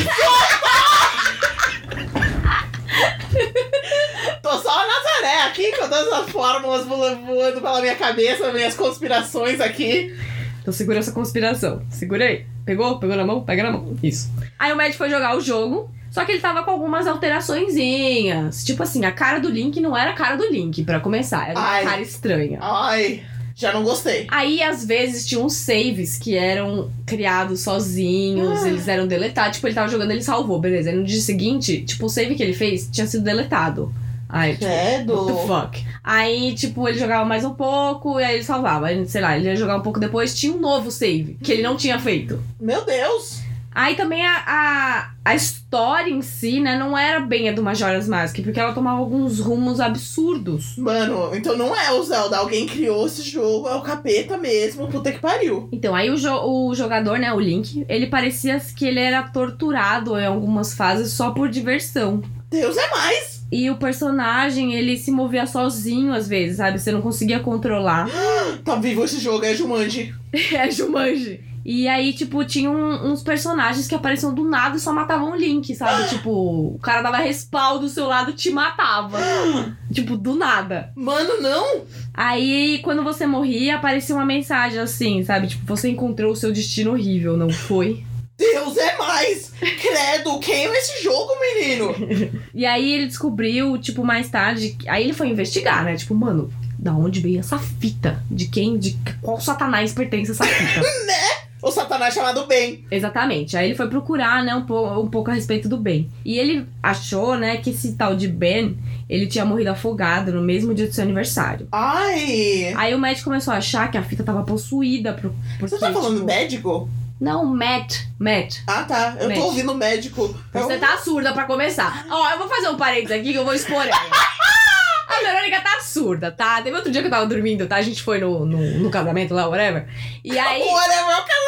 B: Tô só a Nazaré aqui, com todas as fórmulas voa- voando pela minha cabeça, minhas conspirações aqui.
C: Então segura essa conspiração. Segura aí. Pegou? Pegou na mão? Pega na mão. Isso. Aí o Matt foi jogar o jogo, só que ele tava com algumas alteraçõezinhas. Tipo assim, a cara do Link não era a cara do Link, pra começar. Era uma
B: Ai.
C: cara estranha.
B: Ai, já não gostei.
C: Aí, às vezes, tinha uns saves que eram criados sozinhos,
B: Ah.
C: eles eram deletados. Tipo, ele tava jogando, ele salvou, beleza. Aí no dia seguinte, tipo, o save que ele fez tinha sido deletado. Aí, tipo, what the
B: Credo.
C: fuck? Aí, tipo, ele jogava mais um pouco e aí ele salvava. Aí, sei lá, ele ia jogar um pouco depois, tinha um novo save que ele não tinha feito.
B: Meu Deus.
C: Aí também a, a, a história em si, né, não era bem a do Majora's Mask, porque ela tomava alguns rumos absurdos.
B: Mano, então não é o Zelda. Alguém criou esse jogo, é o capeta mesmo. Puta que pariu.
C: Então, aí o, jo- o jogador, né, o Link, ele parecia que ele era torturado em algumas fases só por diversão.
B: Deus é mais.
C: E o personagem, ele se movia sozinho às vezes, sabe? Você não conseguia controlar. (laughs)
B: Tá vivo esse jogo, é Jumanji.
C: é Jumanji. E aí, tipo, tinha um- uns personagens que apareciam do nada e só matavam o Link, sabe? tipo, o cara dava respawn do seu lado e te matava. tipo, do nada.
B: Mano, não.
C: Aí, quando você morria, aparecia uma mensagem assim, sabe? Tipo, você encontrou o seu destino horrível, não foi?
B: Deus é mais. Credo, queima esse jogo, menino.
C: E aí ele descobriu, tipo, mais tarde. Aí ele foi investigar, né? Tipo, mano, da onde veio essa fita? De quem? De qual satanás pertence essa
B: (laughs)
C: fita?
B: O satanás chamado Ben.
C: Exatamente. Aí ele foi procurar, né, um, po- um pouco a respeito do Ben. E ele achou, né, que esse tal de Ben, ele tinha morrido afogado no mesmo dia do seu aniversário.
B: Ai.
C: Aí o Matt começou a achar que a fita tava possuída. Por,
B: Você tá falando médico?
C: Não, Matt. Matt.
B: Ah, tá. Eu
C: Médico.
B: tô ouvindo médico. Eu-
C: Você tá surda pra começar. Ó, eu vou fazer um parênteses aqui que eu vou expor ela. A Verônica tá surda, tá? Teve outro dia que eu tava dormindo, tá? A gente foi no, no, no casamento lá, whatever. E tá aí.
B: O Oreo é o cara-
C: tipo,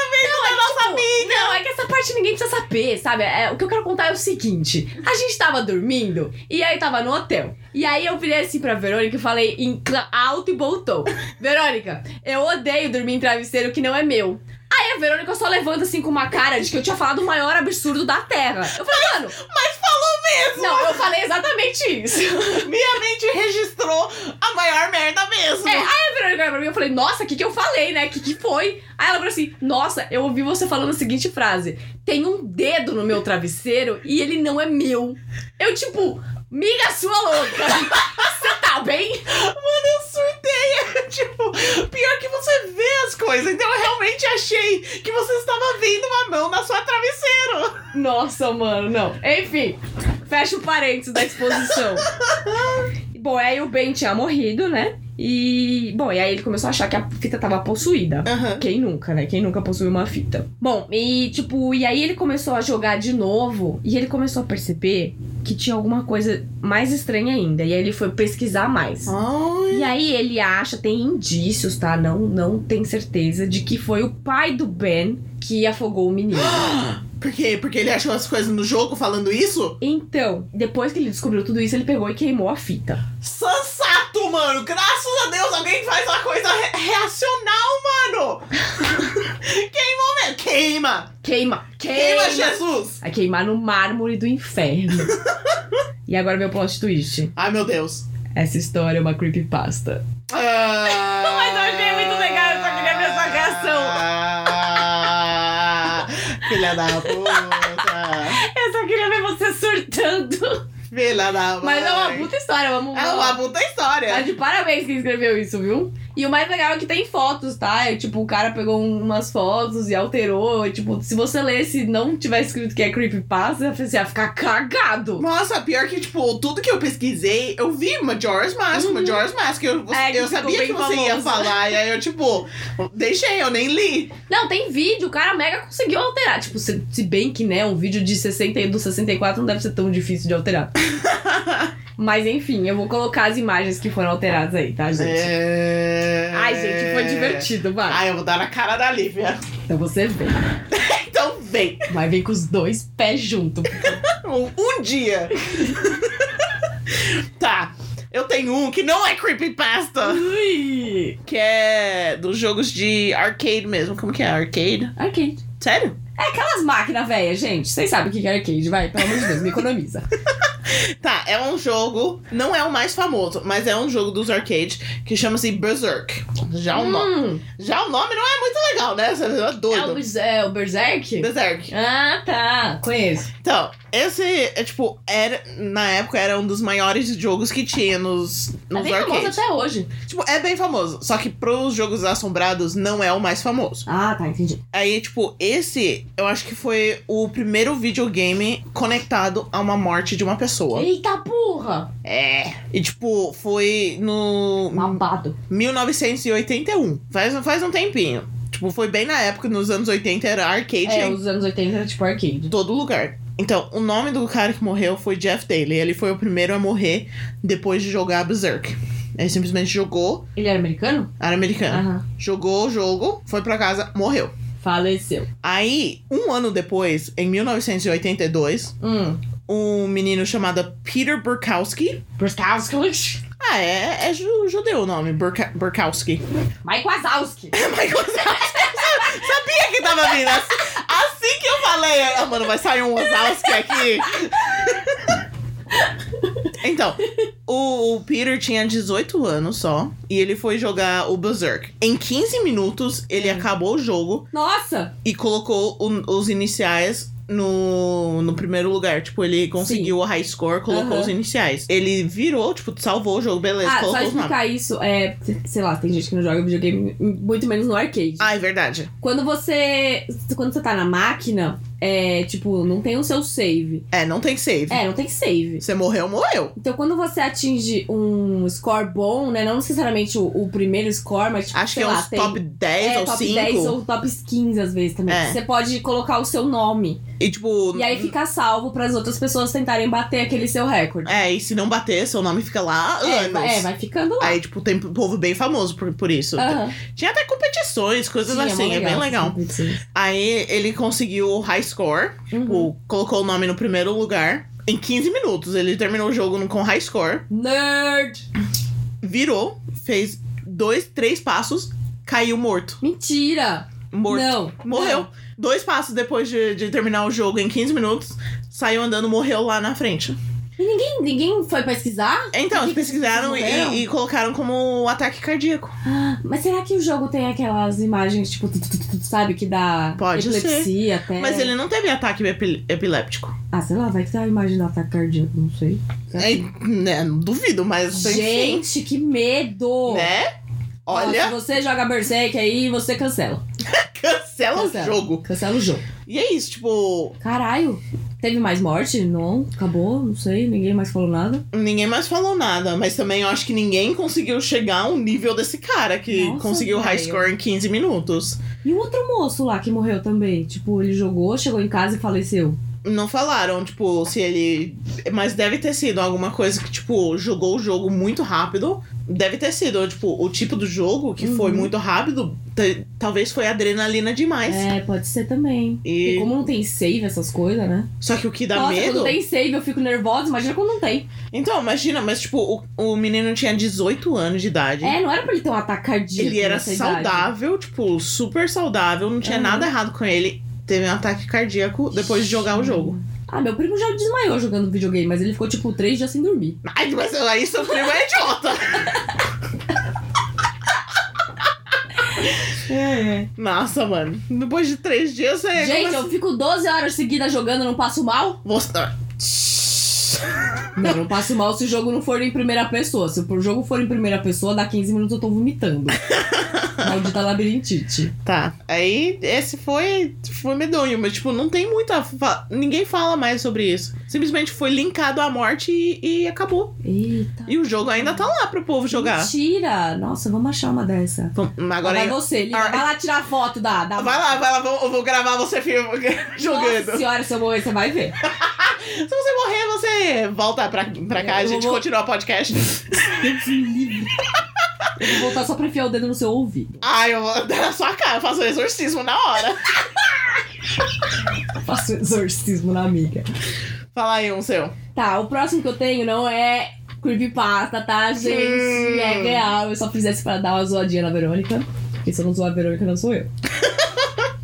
C: Não, é que essa parte ninguém precisa saber, sabe? É, o que eu quero contar é o seguinte: a gente tava dormindo e aí tava no hotel. E aí eu virei assim pra Verônica e falei em cla- alto e voltou. Verônica, eu odeio dormir em travesseiro que não é meu. Aí a Verônica só levanta assim com uma cara de que eu tinha falado o maior absurdo da Terra. Eu falei, mano,
B: Mas falou mesmo.
C: não, eu falei exatamente isso.
B: Minha mente registrou a maior merda mesmo.
C: É, aí a Verônica olhou pra mim e eu falei, nossa, o que, que eu falei, né? O que, que foi? Aí ela falou assim, nossa, eu ouvi você falando a seguinte frase: tem um dedo no meu travesseiro e ele não é meu. Eu, tipo, miga sua louca! (laughs) Você tá bem?
B: Mano, eu surtei. (laughs) tipo, pior que você vê as coisas. Então eu realmente achei que você estava vendo uma mão na sua travesseiro.
C: Nossa, mano, não. Enfim, fecha o parênteses da exposição. Bom, aí o Ben tinha morrido, né? E. Bom, e aí ele começou a achar que a fita tava possuída.
B: Aham.
C: Quem nunca, né? Quem nunca possuiu uma fita? Bom, e tipo, e aí ele começou a jogar de novo e ele começou a perceber que tinha alguma coisa mais estranha ainda. E aí ele foi pesquisar mais. E aí ele acha, tem indícios, tá? Não, não tem certeza de que foi o pai do Ben que afogou o menino.
B: Por quê? Porque ele achou as coisas no jogo falando isso?
C: Então, depois que ele descobriu tudo isso, ele pegou e queimou a fita.
B: Sansato, mano! Graças a Deus alguém faz uma coisa re- reacional, mano! (laughs) Queimou mesmo! Queima!
C: Queima!
B: Queima,
C: Queima!
B: Jesus!
C: Vai queimar no mármore do inferno. e agora meu plot twist.
B: Ai,
C: (laughs)
B: meu Deus.
C: Essa história é uma creepypasta.
B: Mas
C: eu achei muito legal, eu só queria ver sua reação.
B: reação. (laughs) Filha da puta.
C: Eu só queria ver você surtando.
B: Filha da mãe.
C: Mas é uma puta história, vamos
B: É uma puta história.
C: Tá de parabéns quem escreveu isso, viu? E o mais legal é que tem fotos, tá? É, tipo, o cara pegou um- umas fotos e alterou. E, tipo, se você lesse e não tivesse escrito que é creepypasta, você ia ficar cagado.
B: Nossa, pior que, tipo, tudo que eu pesquisei, eu vi Majora's Mask,
C: Uhum.
B: Majora's Mask. Eu,
C: É, que
B: eu
C: ficou
B: sabia
C: bem
B: que você ia
C: famoso.
B: falar, e aí eu, tipo, deixei, eu nem li.
C: Não, tem vídeo, o cara mega conseguiu alterar. Tipo, se, se bem que, né, um vídeo de 60 e do 64 não deve ser tão difícil de
B: (laughs)
C: alterar. Mas enfim, eu vou colocar as imagens que foram alteradas aí, tá, gente?
B: É...
C: Ai, gente, foi divertido, vai.
B: Ai, eu vou dar na cara da Lívia.
C: Então você vem.
B: Então vem,
C: Vai vir com os dois pés junto.
B: um,
C: (laughs)
B: um dia. tá, eu tenho um que não é creepypasta,
C: Ui!
B: que é dos jogos de arcade mesmo. Como que é? Arcade?
C: Arcade.
B: Sério?
C: É aquelas máquinas velhas, gente. Vocês sabem o que é arcade, vai. Pelo amor de Deus, me economiza.
B: Tá, é um jogo, não é o mais famoso, mas é um jogo dos arcade que chama-se Berserk. Já o,
C: (laughs)
B: nome,
C: Hum,
B: já o nome não é muito legal, né? Você é
C: é o,
B: doido.
C: Berse- é o Berserk?
B: Berserk.
C: Ah, tá. Conheço.
B: Então, esse é tipo, era, na época era um dos maiores jogos que tinha nos,
C: É
B: nos
C: bem famoso
B: arcades.
C: até hoje.
B: Tipo, é bem famoso, só que pros jogos assombrados não é o mais famoso.
C: Ah, tá, entendi.
B: Aí, tipo, esse eu acho que foi o primeiro videogame conectado a uma morte de uma pessoa.
C: Eita porra!
B: É. E, tipo, foi no.
C: Babado.
B: 1981. Faz, faz um tempinho. Tipo, foi bem na época, nos anos 80 era arcade
C: É,
B: em
C: os anos 80 era tipo arcade.
B: todo lugar. Então, o nome do cara que morreu foi Jeff Daly. Ele foi o primeiro a morrer depois de jogar Berserk. Ele simplesmente jogou,
C: Ele era americano?
B: era americano.
C: Aham.
B: Jogou o jogo, foi pra casa, morreu.
C: Faleceu.
B: Aí, um ano depois, em 1982,
C: Hum.
B: um menino chamado Peter Burkowski.
C: Bruskowski.
B: Ah, é, é ju- judeu o nome, Burka, Burkowski. (laughs) É,
C: Mike Wazowski.
B: Michael Jackson. Sabia que tava vindo. Assim, assim que eu falei, ah, mano, vai sair um Wazowski aqui. Então, o, o Peter tinha 18 anos só e ele foi jogar o Berserk. Em 15 minutos, ele acabou o jogo
C: Nossa!
B: e colocou o- os iniciais no, no primeiro lugar. Tipo, ele conseguiu o high score, colocou
C: Aham.
B: os iniciais. Ele virou, tipo, salvou o jogo, beleza,
C: Ah, só
B: colocou os nomes.
C: explicar isso. É, sei lá, tem gente que não joga videogame, muito menos no arcade.
B: Ah, é verdade.
C: Quando você. Quando você tá na máquina, é tipo, não tem o seu save.
B: É, não tem save.
C: É, não tem save.
B: Você morreu, morreu.
C: Então quando você atinge um score bom, né? Não necessariamente o, o primeiro score, mas tipo,
B: Acho
C: sei
B: que é
C: lá,
B: uns
C: tem.
B: top 10
C: é,
B: ou
C: top
B: 5.
C: 10 ou top 15 às vezes também.
B: É.
C: Você pode colocar o seu nome.
B: E tipo.
C: E aí fica salvo pras outras pessoas tentarem bater aquele seu recorde.
B: É, e se não bater, seu nome fica lá
C: é,
B: anos.
C: vai- é, vai ficando lá.
B: Aí, tipo, tem povo bem famoso por, por isso.
C: Aham.
B: Tinha até competições, coisas
C: Sim,
B: assim,
C: mó Uhum.
B: é, bem
C: essa
B: legal.
C: competição.
B: Aí ele conseguiu o high score,
C: Uhum.
B: tipo, colocou o nome no primeiro lugar. Em 15 minutos, ele terminou o jogo no- com high score,
C: Nerd!
B: virou, fez dois, três passos, caiu morto.
C: Mentira!
B: Morto.
C: Não.
B: Morreu. Dois passos depois de, de terminar o jogo em 15 minutos, saiu andando, morreu lá na frente.
C: E ninguém, ninguém foi pesquisar? (gasps)
B: Então, eles pesquisaram
C: Vocês não
B: e, e colocaram como ataque cardíaco.
C: Mas será que o jogo tem aquelas imagens, tipo, tu, tu, tu, tu, sabe, que dá
B: Pode
C: epilepsia até?
B: Mas ele não teve ataque epi- epiléptico.
C: Ah, sei lá, vai que tem a imagem do ataque cardíaco, não sei. Será
B: É,
C: que-
B: né, não duvido, mas enfim.
C: Gente, que medo!
B: Né?
C: Ó,
B: Olha,
C: se você joga Berserk aí, você cancela.
B: cancela o
C: Cancela.
B: jogo.
C: Cancela o jogo.
B: E é isso, tipo,
C: Caralho, teve mais morte? Não, acabou, não sei, ninguém mais falou nada.
B: ninguém mais falou nada, mas também eu acho que ninguém conseguiu chegar ao nível desse cara que
C: Nossa,
B: conseguiu high
C: velho.
B: score em 15 minutos.
C: E o outro moço lá que morreu também, tipo, ele jogou, chegou em casa e faleceu.
B: Não falaram, tipo, se ele. Mas deve ter sido alguma coisa que, tipo, jogou o jogo muito rápido. Deve ter sido, tipo, o tipo do jogo que foi
C: Uhum.
B: muito rápido. t- Talvez foi adrenalina demais.
C: É, pode ser também.
B: E...
C: Porque como não tem save essas coisas, né?
B: Só que o que dá
C: Nossa,
B: medo.
C: quando tem save eu fico nervosa, imagina quando não tem.
B: Então, imagina, mas tipo, o, o menino tinha 18 anos de idade.
C: É, não era pra ele ter um ataque cardíaco.
B: ele era
C: nessa idade.
B: saudável, tipo, super saudável, não tinha
C: Aham.
B: nada errado com ele. Teve um ataque cardíaco depois de jogar o jogo.
C: Ah, meu primo já desmaiou jogando videogame, mas ele ficou, tipo, três dias sem dormir.
B: Ai, mas aí seu primo é idiota.
C: (laughs) É, é.
B: Nossa, mano. Depois de três dias você.
C: Gente,
B: começa-
C: eu fico 12 horas seguidas jogando, não passo mal?
B: Você...
C: Não, não passo mal se o jogo não for em primeira pessoa. Se o jogo for em primeira pessoa, dá 15 minutos eu tô vomitando.
B: (laughs)
C: Maldita labirintite.
B: Tá. Aí esse foi. Foi medonho, mas, tipo, não tem muita. fa- Ninguém fala mais sobre isso. Simplesmente foi linkado à morte e, e acabou.
C: Eita.
B: E o jogo ainda tá lá pro povo jogar.
C: Mentira! Nossa, vamos achar uma dessa.
B: Vamos- Agora.
C: vai você, liga.
B: Ah.
C: vai lá tirar foto da... da...
B: Vai lá, vai lá, vou- eu vou gravar você (laughs) filme, jogando.
C: Nossa senhora, se eu morrer, você vai ver.
B: Se você morrer, você volta pra, pra cá, a
C: Eu
B: gente
C: vou-
B: continua
C: (laughs)
B: o podcast.
C: Deus me livre. Eu vou voltar só pra enfiar o dedo no seu ouvido.
B: Ai, eu vou dar na sua cara, eu faço um exorcismo na hora.
C: Eu faço um exorcismo na amiga.
B: Fala aí um seu.
C: Tá, o próximo que eu tenho não é creepypasta, tá, gente?
B: Hum.
C: É real. Eu só fiz essa pra dar uma zoadinha na Verônica. Porque se eu não zoar a Verônica, não sou eu.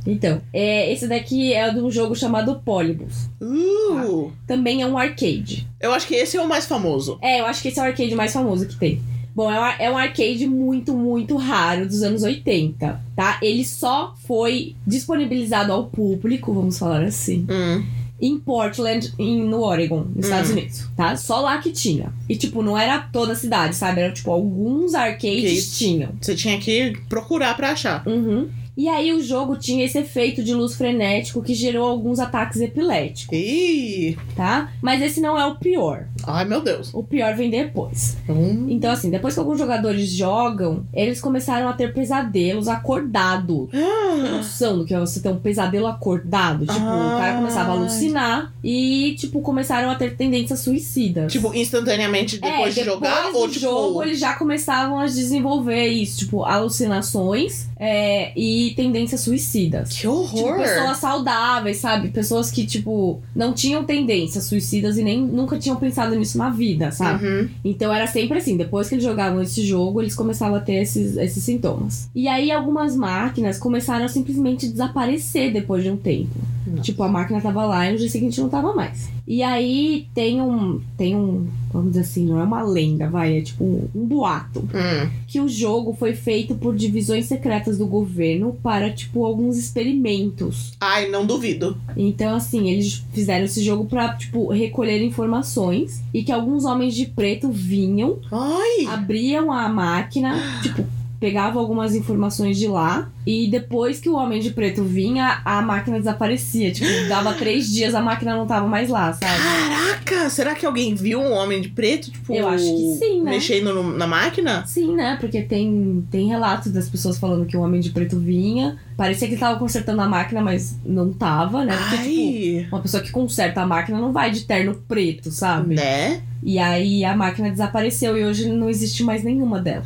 C: então, é, esse daqui é de um jogo chamado Polybus.
B: Uh,
C: Também é um arcade.
B: eu acho que esse é o mais famoso.
C: É, eu acho que esse é o arcade mais famoso que tem. Bom, é um, ar- é um arcade muito, muito raro dos anos 80, tá? Ele só foi disponibilizado ao público, vamos falar assim,
B: Hum.
C: em Portland, em, no Oregon, nos
B: Hum.
C: Estados Unidos, tá? Só lá que tinha. E, tipo, não era toda a cidade, sabe? Era, tipo, alguns arcades
B: Arcades.
C: tinham.
B: Você tinha que procurar pra achar.
C: Uhum. E aí o jogo tinha esse efeito de luz frenético que gerou alguns ataques epiléticos,
B: Ih,
C: tá? Mas esse não é o pior.
B: ai meu Deus.
C: O pior vem depois.
B: Hum.
C: Então, assim, depois que alguns jogadores jogam, eles começaram a ter pesadelos
B: (gasps)
C: acordados.
B: Ah,
C: noção do que é você ter um pesadelo acordado. Tipo, o cara começava a
B: Ah.
C: alucinar e, tipo, começaram a ter tendências suicidas.
B: Tipo, instantaneamente depois
C: é,
B: de jogar?
C: depois
B: ou
C: do
B: tipo.
C: jogo eles já começavam a desenvolver isso, tipo, alucinações é, e tendências suicidas.
B: Que horror!
C: Tipo, pessoas saudáveis, sabe? Pessoas que, tipo, não tinham tendências suicidas e nem nunca tinham pensado nisso na vida, sabe?
B: Uhum.
C: Então era sempre assim, depois que eles jogavam esse jogo, eles começavam a ter esses, esses sintomas. E aí algumas máquinas começaram a simplesmente desaparecer depois de um tempo.
B: Nossa.
C: Tipo, a máquina tava lá e no dia seguinte não tava mais. E aí tem um. Tem um. Vamos dizer assim, não é uma lenda, vai, é tipo um, um boato.
B: Hum.
C: Que o jogo foi feito por divisões secretas do governo para, tipo, alguns experimentos.
B: Ai, não duvido.
C: Então, assim, eles fizeram esse jogo pra, tipo, recolher informações e que alguns homens de preto vinham
B: Ai!
C: abriam a máquina, tipo, pegavam algumas informações de lá e depois que o homem de preto vinha, a máquina desaparecia. Tipo, dava três dias, a máquina não tava mais lá, sabe?
B: Caraca, será que alguém viu um homem de preto, tipo,
C: Eu acho que sim, né?
B: mexendo no- na máquina?
C: Sim, né? Porque tem, tem relatos das pessoas falando que o homem de preto vinha. Parecia que ele tava consertando a máquina, mas não tava, né? Porque, tipo,
B: Ai,
C: uma pessoa que conserta a máquina não vai de terno preto, sabe?
B: né?
C: E aí a máquina desapareceu e hoje não existe mais nenhuma dela.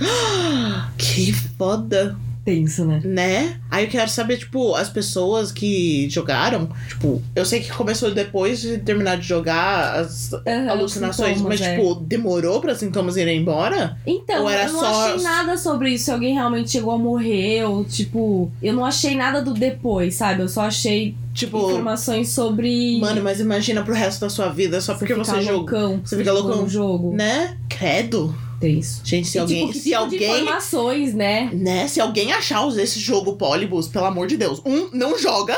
B: Que foda.
C: tenso, né?
B: Né? Aí eu quero saber, tipo, as pessoas que jogaram. Tipo, eu sei que começou depois de terminar de jogar as
C: Aham,
B: alucinações,
C: É, sintomas,
B: mas,
C: é.
B: tipo, demorou pra sintomas irem embora?
C: Então,
B: Ou era
C: eu não
B: só-
C: achei nada sobre isso, se alguém realmente chegou a morrer, ou tipo, eu não achei nada do depois, sabe? Eu só achei
B: Tipo,
C: informações sobre.
B: mano, mas imagina pro resto da sua vida só porque
C: ficar
B: você jogou.
C: loucão tipo,
B: Você fica loucão.
C: no jogo.
B: Né? Credo.
C: Tenso.
B: Gente, se
C: E,
B: alguém.
C: tipo, que tipo
B: se
C: de
B: alguém.
C: informações, né?
B: Né? Se alguém achar os- esse jogo Polybus, pelo amor de Deus. Um, não
C: (laughs)
B: joga.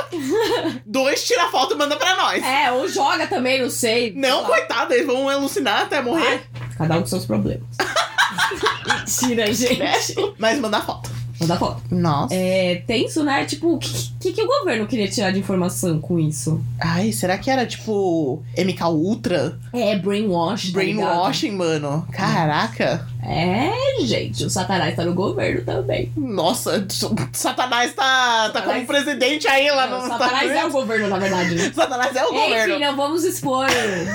B: Dois, tira a foto e manda pra nós.
C: É, ou joga também, não sei.
B: Não,
C: Sei lá.
B: coitado, eles vão alucinar até morrer.
C: Cada um com seus
B: (laughs)
C: problemas. Mentira, gente.
B: Mas mandar foto.
C: Vou dar foto.
B: Nossa.
C: É tenso, né? Tipo, o que, que, que o governo queria tirar de informação com isso?
B: Ai, será que era tipo MK Ultra?
C: É, brainwash. tá ligado?
B: Brainwashing, mano. Caraca.
C: é, gente, o satanás tá no governo também.
B: Nossa, Satanás tá, tá como
C: Satanás-
B: presidente aí lá
C: Não,
B: nos
C: o
B: Estados
C: satanás é o
B: Unidos.
C: governo, na verdade. (laughs) né?
B: (laughs) Satanás é o
C: Enfim, né?
B: governo.
C: não vamos expor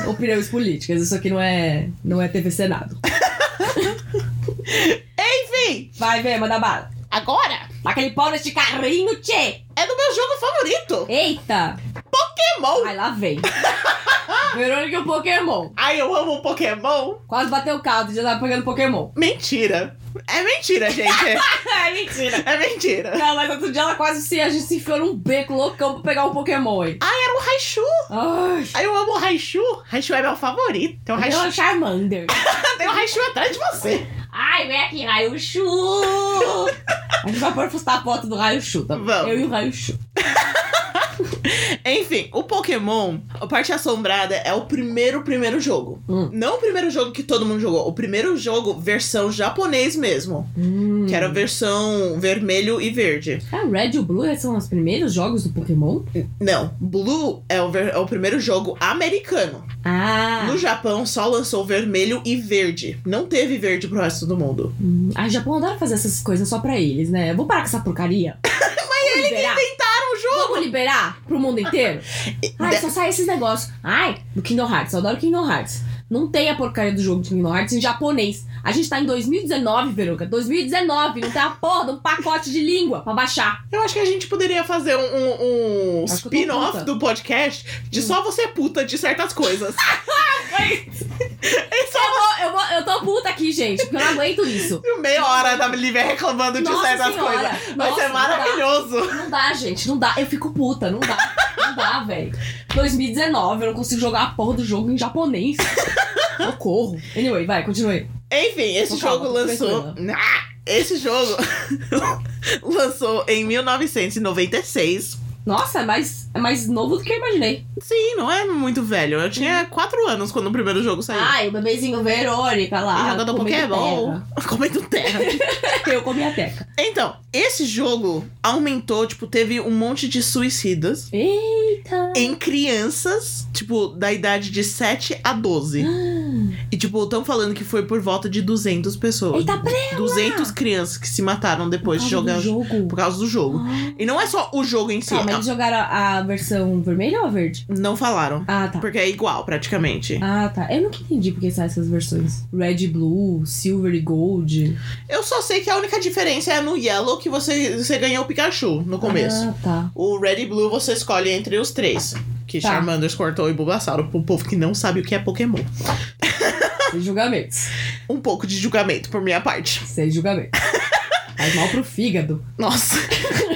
C: opiniões políticas. Isso aqui não é, não é TV Senado.
B: Enfim,
C: Vai, ver, manda bala.
B: agora
C: Dá aquele pau neste carrinho, tchê!
B: é do meu jogo favorito.
C: Eita!
B: Pokémon.
C: Ai, lá (laughs) vem. Verônica e o Pokémon.
B: Ai, eu amo Pokémon.
C: Quase bateu o caldo, já tava pegando Pokémon.
B: Mentira. É
C: (laughs)
B: mentira, (laughs) gente.
C: é mentira.
B: é mentira.
C: Não, mas outro dia ela quase se, a gente se enfiou num beco loucão pra pegar um Pokémon, (laughs) hein?
B: Ai, era o Raichu.
C: Ai,
B: Ai, eu amo o Raichu. Raichu é meu favorito. Tem o
C: eu
B: Raichu,
C: um Charmander.
B: tem o Raichu atrás de você.
C: Ai, vem aqui, Raichu! a gente vai pôr postar a foto do Raichu, tá bom?
B: Vamos.
C: Eu e o Raichu.
B: Enfim, o Pokémon, a parte assombrada, é o primeiro, primeiro jogo.
C: Hum.
B: Não o primeiro jogo que todo mundo jogou. O primeiro jogo, versão japonês mesmo.
C: Hum.
B: Que era a versão vermelho e verde.
C: Ah, Red e o Blue são os primeiros jogos do Pokémon?
B: Não, Blue é o, ver- é o primeiro jogo americano.
C: Ah!
B: No Japão, só lançou vermelho e verde. Não teve verde pro resto do mundo.
C: Hum, Ah, Japão adora fazer essas coisas só pra eles, né? Eu vou parar com essa porcaria. (laughs) Mas eles inventaram
B: o jogo.
C: Vamos liberar pro mundo (laughs) inteiro? Ai, só sai esses negócios. Ai, do Kingdom Hearts. Eu adoro Kingdom Hearts. Não tem a porcaria do jogo de Kingdom Hearts em japonês. A gente tá em 2019, Verônica. 2019. Não tem a porra de um pacote de língua pra baixar.
B: Eu acho que a gente poderia fazer um, um- um
C: Acho que eu tô
B: spin-off
C: puta. Hum.
B: do podcast de só você puta de certas coisas. (laughs)
C: Eu, vou, eu, vou, eu tô puta aqui, gente, porque eu não aguento isso.
B: Meia hora da Lívia reclamando de
C: Nossa
B: certas
C: senhora.
B: coisas. Vai
C: Nossa,
B: ser
C: não dá.
B: maravilhoso.
C: Não dá, gente. Não dá. Eu fico puta. Não dá. Não dá, velho. 2019, eu não consigo jogar a porra do jogo em japonês. Socorro. Anyway, vai, continue.
B: Enfim,
C: Tô
B: esse
C: calma,
B: jogo
C: tô
B: lançou. Ah, esse jogo (laughs) lançou em 1996.
C: Nossa, é mais, é mais novo do que eu imaginei.
B: Sim, não é muito velho. Eu
C: Hum.
B: tinha 4 anos quando o primeiro jogo saiu.
C: Ai, o bebezinho Verônica
B: E
C: lá.
B: jogando
C: Ah, comendo
B: Pokémon. (laughs) Comendo
C: (laughs)
B: terra.
C: terra. Eu comi a teca.
B: então, esse jogo aumentou, tipo, teve um monte de suicidas
C: Eita.
B: em crianças, tipo, da idade de 7 a
C: ah,
B: 12. E, tipo, estão falando que foi por volta de 200 pessoas.
C: Eita, preto.
B: 200 crianças que se mataram depois de
C: jogar
B: jogar
C: o jogo.
B: por causa do jogo.
C: Ah.
B: E não é só o jogo em si.
C: Tá, mas eles jogaram a a versão vermelha ou a verde?
B: Não falaram.
C: Ah, tá.
B: Porque é igual, praticamente.
C: Ah, tá. Eu nunca entendi porque saem essas versões. Red e Blue, Silver e Gold.
B: Eu só sei que a única diferença é no Yellow que você, você ganha o Pikachu no começo.
C: Ah, tá.
B: O Red e Blue você escolhe entre os três. Que
C: Tá.
B: Charmander, Squirtle e Bulbasaur. Pro povo que não sabe o que é Pokémon.
C: tá. Sem
B: (laughs)
C: julgamentos.
B: Um pouco de julgamento por minha parte.
C: Sem julgamentos. Faz mal pro fígado. (laughs)
B: Nossa.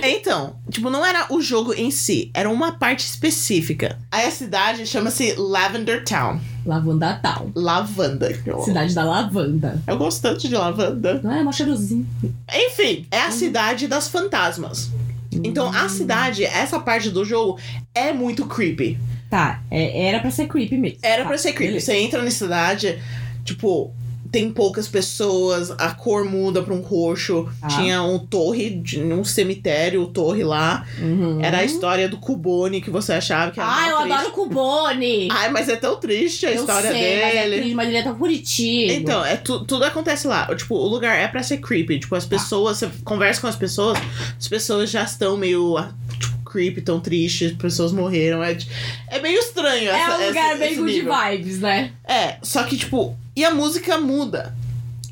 B: então, tipo, não era o jogo em si. Era uma parte específica. Aí a cidade chama-se Lavender Town.
C: Lavanda tal.
B: Lavanda. Eu,
C: Cidade da lavanda.
B: eu gosto tanto de lavanda.
C: Não é mó cheirosinho.
B: Enfim, é
C: Uhum.
B: a cidade das fantasmas. Então,
C: Hum.
B: a cidade, essa parte do jogo, é muito creepy.
C: Tá, é- era pra ser creepy mesmo.
B: Era
C: tá,
B: pra ser creepy.
C: beleza.
B: Você entra na cidade, tipo, tem poucas pessoas, a cor muda pra um roxo.
C: Tá.
B: Tinha um torre, de- um cemitério, torre lá.
C: Uhum.
B: É, Era a história do Cubone que você achava que era.
C: Ai, Ah,
B: mó
C: eu
B: triste.
C: adoro o
B: (laughs)
C: Cubone!
B: Ai, mas é tão triste a
C: eu
B: história
C: sei, Mas, é
B: dele.
C: triste, mas ele é tão bonitinho.
B: Então, é tu- tudo acontece lá. Tipo, o lugar é pra ser creepy. Tipo, as
C: Tá.
B: pessoas, você conversa com as pessoas, as pessoas já estão meio ah, tipo, creepy, tão tristes, as pessoas morreram. É, de- é meio estranho
C: é
B: essa,
C: um lugar
B: essa,
C: bem
B: esse
C: good
B: nível.
C: vibes, né?
B: É, só que, tipo, e a música muda.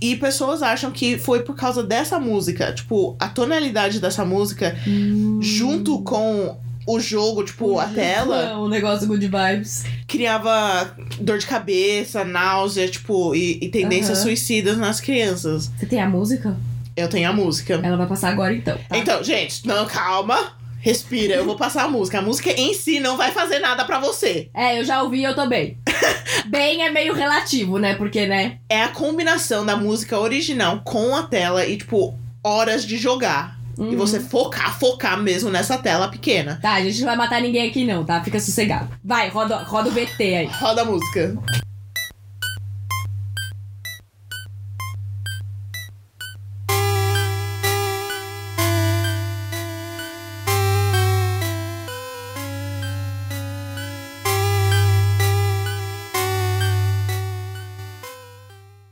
B: E pessoas acham que foi por causa dessa música. Tipo, a tonalidade dessa música,
C: Hum.
B: junto com o jogo, tipo, a tela,
C: um
A: O negócio good vibes.
B: criava dor de cabeça, náusea, tipo, e, e tendências
A: Aham.
B: suicidas nas crianças.
A: Você tem a música?
B: Eu tenho a música.
C: Ah,
A: Ela vai passar agora então. tá?
B: Então, gente, não, calma. Respira, eu vou passar a música. A música em si não vai fazer nada pra você.
C: É, eu já ouvi e eu (laughs) também. Bem é meio relativo, né? Porque, né?
B: É a combinação da música original com a tela e, tipo, horas de jogar. E
C: Uhum.
B: você focar, focar mesmo nessa tela pequena.
C: Tá, a gente não vai matar ninguém aqui não, tá? Fica sossegado. Vai, roda, roda o BT aí.
B: Roda a música.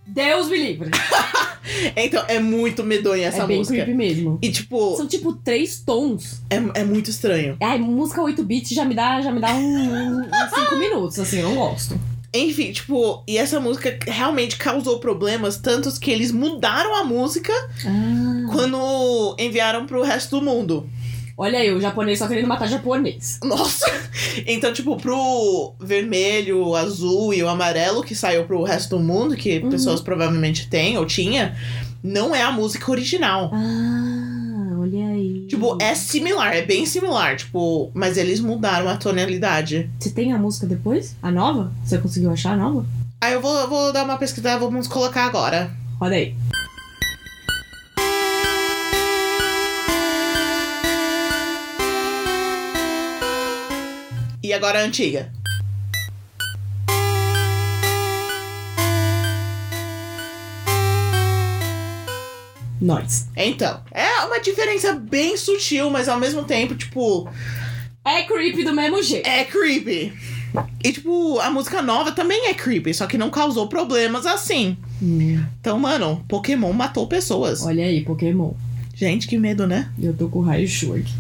C: Deus me livre.
B: Então, é muito medonha essa
C: é bem
B: música.
C: creepy mesmo.
B: E, tipo,
C: São tipo três tons.
B: é, é muito estranho.
C: Ai, música 8-bit já me dá, já me dá um, um- uns (laughs) 5 minutos, assim, eu não gosto.
B: Enfim, tipo, e essa música realmente causou problemas, tantos que eles mudaram a música
C: Uhum. Ah.
B: quando enviaram pro resto do mundo. (laughs)
C: Olha aí, o japonês só querendo matar japonês.
B: Nossa! Então, tipo, pro vermelho, o azul e o amarelo que saiu pro resto do mundo, que
C: Uhum.
B: pessoas provavelmente têm ou tinha, não é a música original.
C: Ah, olha aí.
B: Tipo, é similar, é bem similar, tipo, mas eles mudaram a tonalidade.
C: Você tem a música depois? A nova? Você conseguiu achar a nova?
B: Aí eu vou, eu vou dar uma pesquisada, vamos colocar agora.
C: Roda aí.
B: E agora a antiga.
C: Nós.
B: Então, é uma diferença bem sutil, mas ao mesmo tempo, tipo,
C: É creepy do mesmo jeito.
B: é creepy. E, tipo, a música nova também é creepy, só que não causou problemas assim.
C: Hum,
B: Então, mano, Pokémon matou pessoas.
C: olha aí, Pokémon.
B: Gente, que medo, né?
C: Eu tô com Raichu aqui.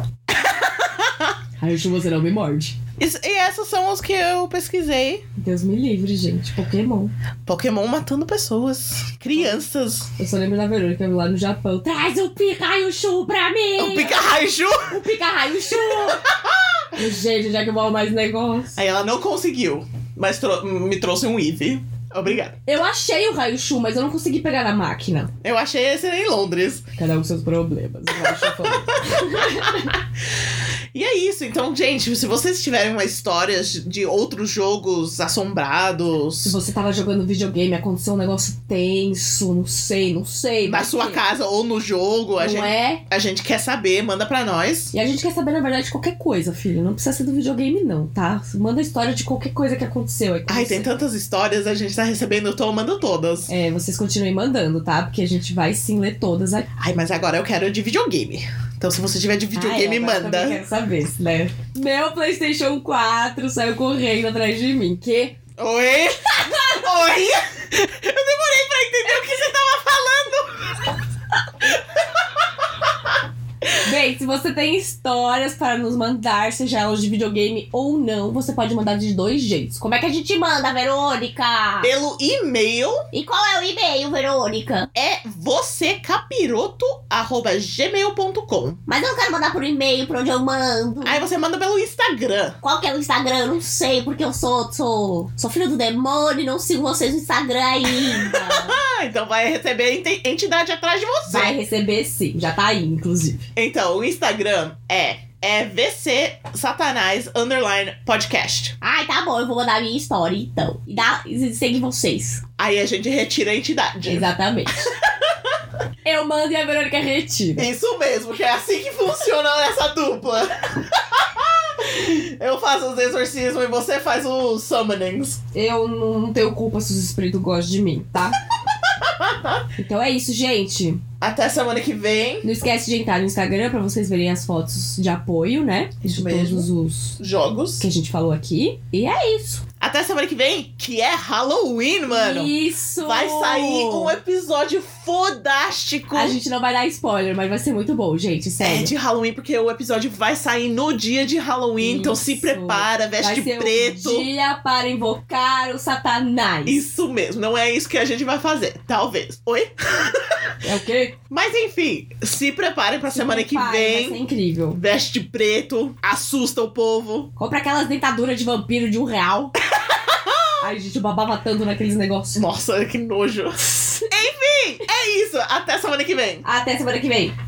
C: (laughs) Raichu, você não me morde.
B: Isso- e essas são as que eu pesquisei.
C: Deus me livre, gente. Pokémon.
B: Pokémon matando pessoas. Crianças.
C: Eu só lembro da Verônica lá no Japão. Traz o Pikachu pra mim!
B: O Pikachu!
C: O (laughs) Pikachu! Eu, gente, já que eu vou mais negócio.
B: Aí ela não conseguiu, mas tro- me trouxe um Eevee. Obrigada.
C: Eu achei o Raichu, mas eu não consegui pegar na máquina.
B: Eu achei esse em Londres.
C: Cada um com seus problemas. o Raichu falou.
B: E é isso. Então, gente, se vocês tiverem uma história de outros jogos
C: Se
B: assombrados
C: você tava jogando videogame, aconteceu um negócio tenso, não sei, não sei.
B: na
C: mas
B: sua
C: que-
B: casa ou no jogo, a
C: Não
B: gente,
C: é?
B: a gente quer saber, manda pra nós.
C: E a gente quer saber, na verdade, qualquer coisa, filho. Não precisa ser do videogame, não, tá? Manda a história de qualquer coisa que aconteceu. É aí com
B: Ai,
C: você.
B: tem tantas histórias, a gente tá recebendo, eu tô mandando todas.
C: É, vocês continuem mandando, tá? Porque a gente vai sim ler todas aqui.
B: Ai, mas agora eu quero de videogame. Então, se você tiver de
C: Ai,
B: videogame,
C: agora eu também
B: manda.
C: quero saber, né? Meu PlayStation 4 saiu correndo atrás de mim. Que?
B: Oi? (laughs) Oi? Eu demorei pra entender o que você tá tava falando.
C: Bem, se você tem histórias para nos mandar, seja elas de videogame ou não, você pode mandar de dois jeitos. Como é que a gente manda, Verônica?
B: Pelo e-mail
C: E qual é o e-mail, Verônica?
B: é vocêcapiroto.gmail.com.
C: Mas eu não quero mandar por e-mail, pra onde eu mando.
B: Aí você manda pelo Instagram.
C: Qual que é o Instagram? Eu não sei, porque eu sou, sou, sou filho do demônio, não sigo vocês no Instagram ainda.
B: Ah, então vai receber ente- entidade atrás de você.
C: (laughs) Vai receber sim, já tá aí, inclusive.
B: Então, o Instagram é é VC Satanás Underline Podcast.
C: Ai, tá bom, eu vou mandar a minha história então. E dá, e segue vocês.
B: Aí a gente retira a
C: (laughs)
B: entidade.
C: Exatamente. eu mando e a Verônica retira.
B: Isso mesmo, que é assim que funciona (laughs) essa dupla. Eu faço os exorcismos e você faz os summonings.
C: Eu não não tenho culpa se os espíritos gostam de mim, (laughs) tá? Então é isso, gente.
B: Até semana que vem.
C: Não esquece de entrar no Instagram pra vocês verem as fotos de apoio, né?
B: Isso
C: de
B: mesmo.
C: todos os
B: Jogos.
C: que a gente falou aqui. E é isso.
B: Até semana que vem, que é Halloween, mano.
C: Isso!
B: Vai sair um episódio fodástico.
C: A gente não vai dar spoiler, mas vai ser muito bom, gente,
B: É
C: sério.
B: de Halloween, porque o episódio vai sair no dia de Halloween, então se
C: Isso.
B: prepara, veste
C: vai
B: É, de
C: ser
B: preto.
C: um dia para invocar o satanás.
B: Isso mesmo, não é isso que a gente vai fazer, talvez. Oi?
C: É o quê?
B: Mas enfim, se preparem pra
C: Se
B: semana que
C: prepare,
B: vem.
C: Vai ser incrível.
B: Veste de preto, assusta o povo.
C: Compra aquelas dentaduras de vampiro de um
B: (laughs)
C: real. Ai, gente, eu babava tanto naqueles negócios. (laughs)
B: Nossa, que nojo. Enfim, é isso. Até semana que vem.
C: Até semana que vem.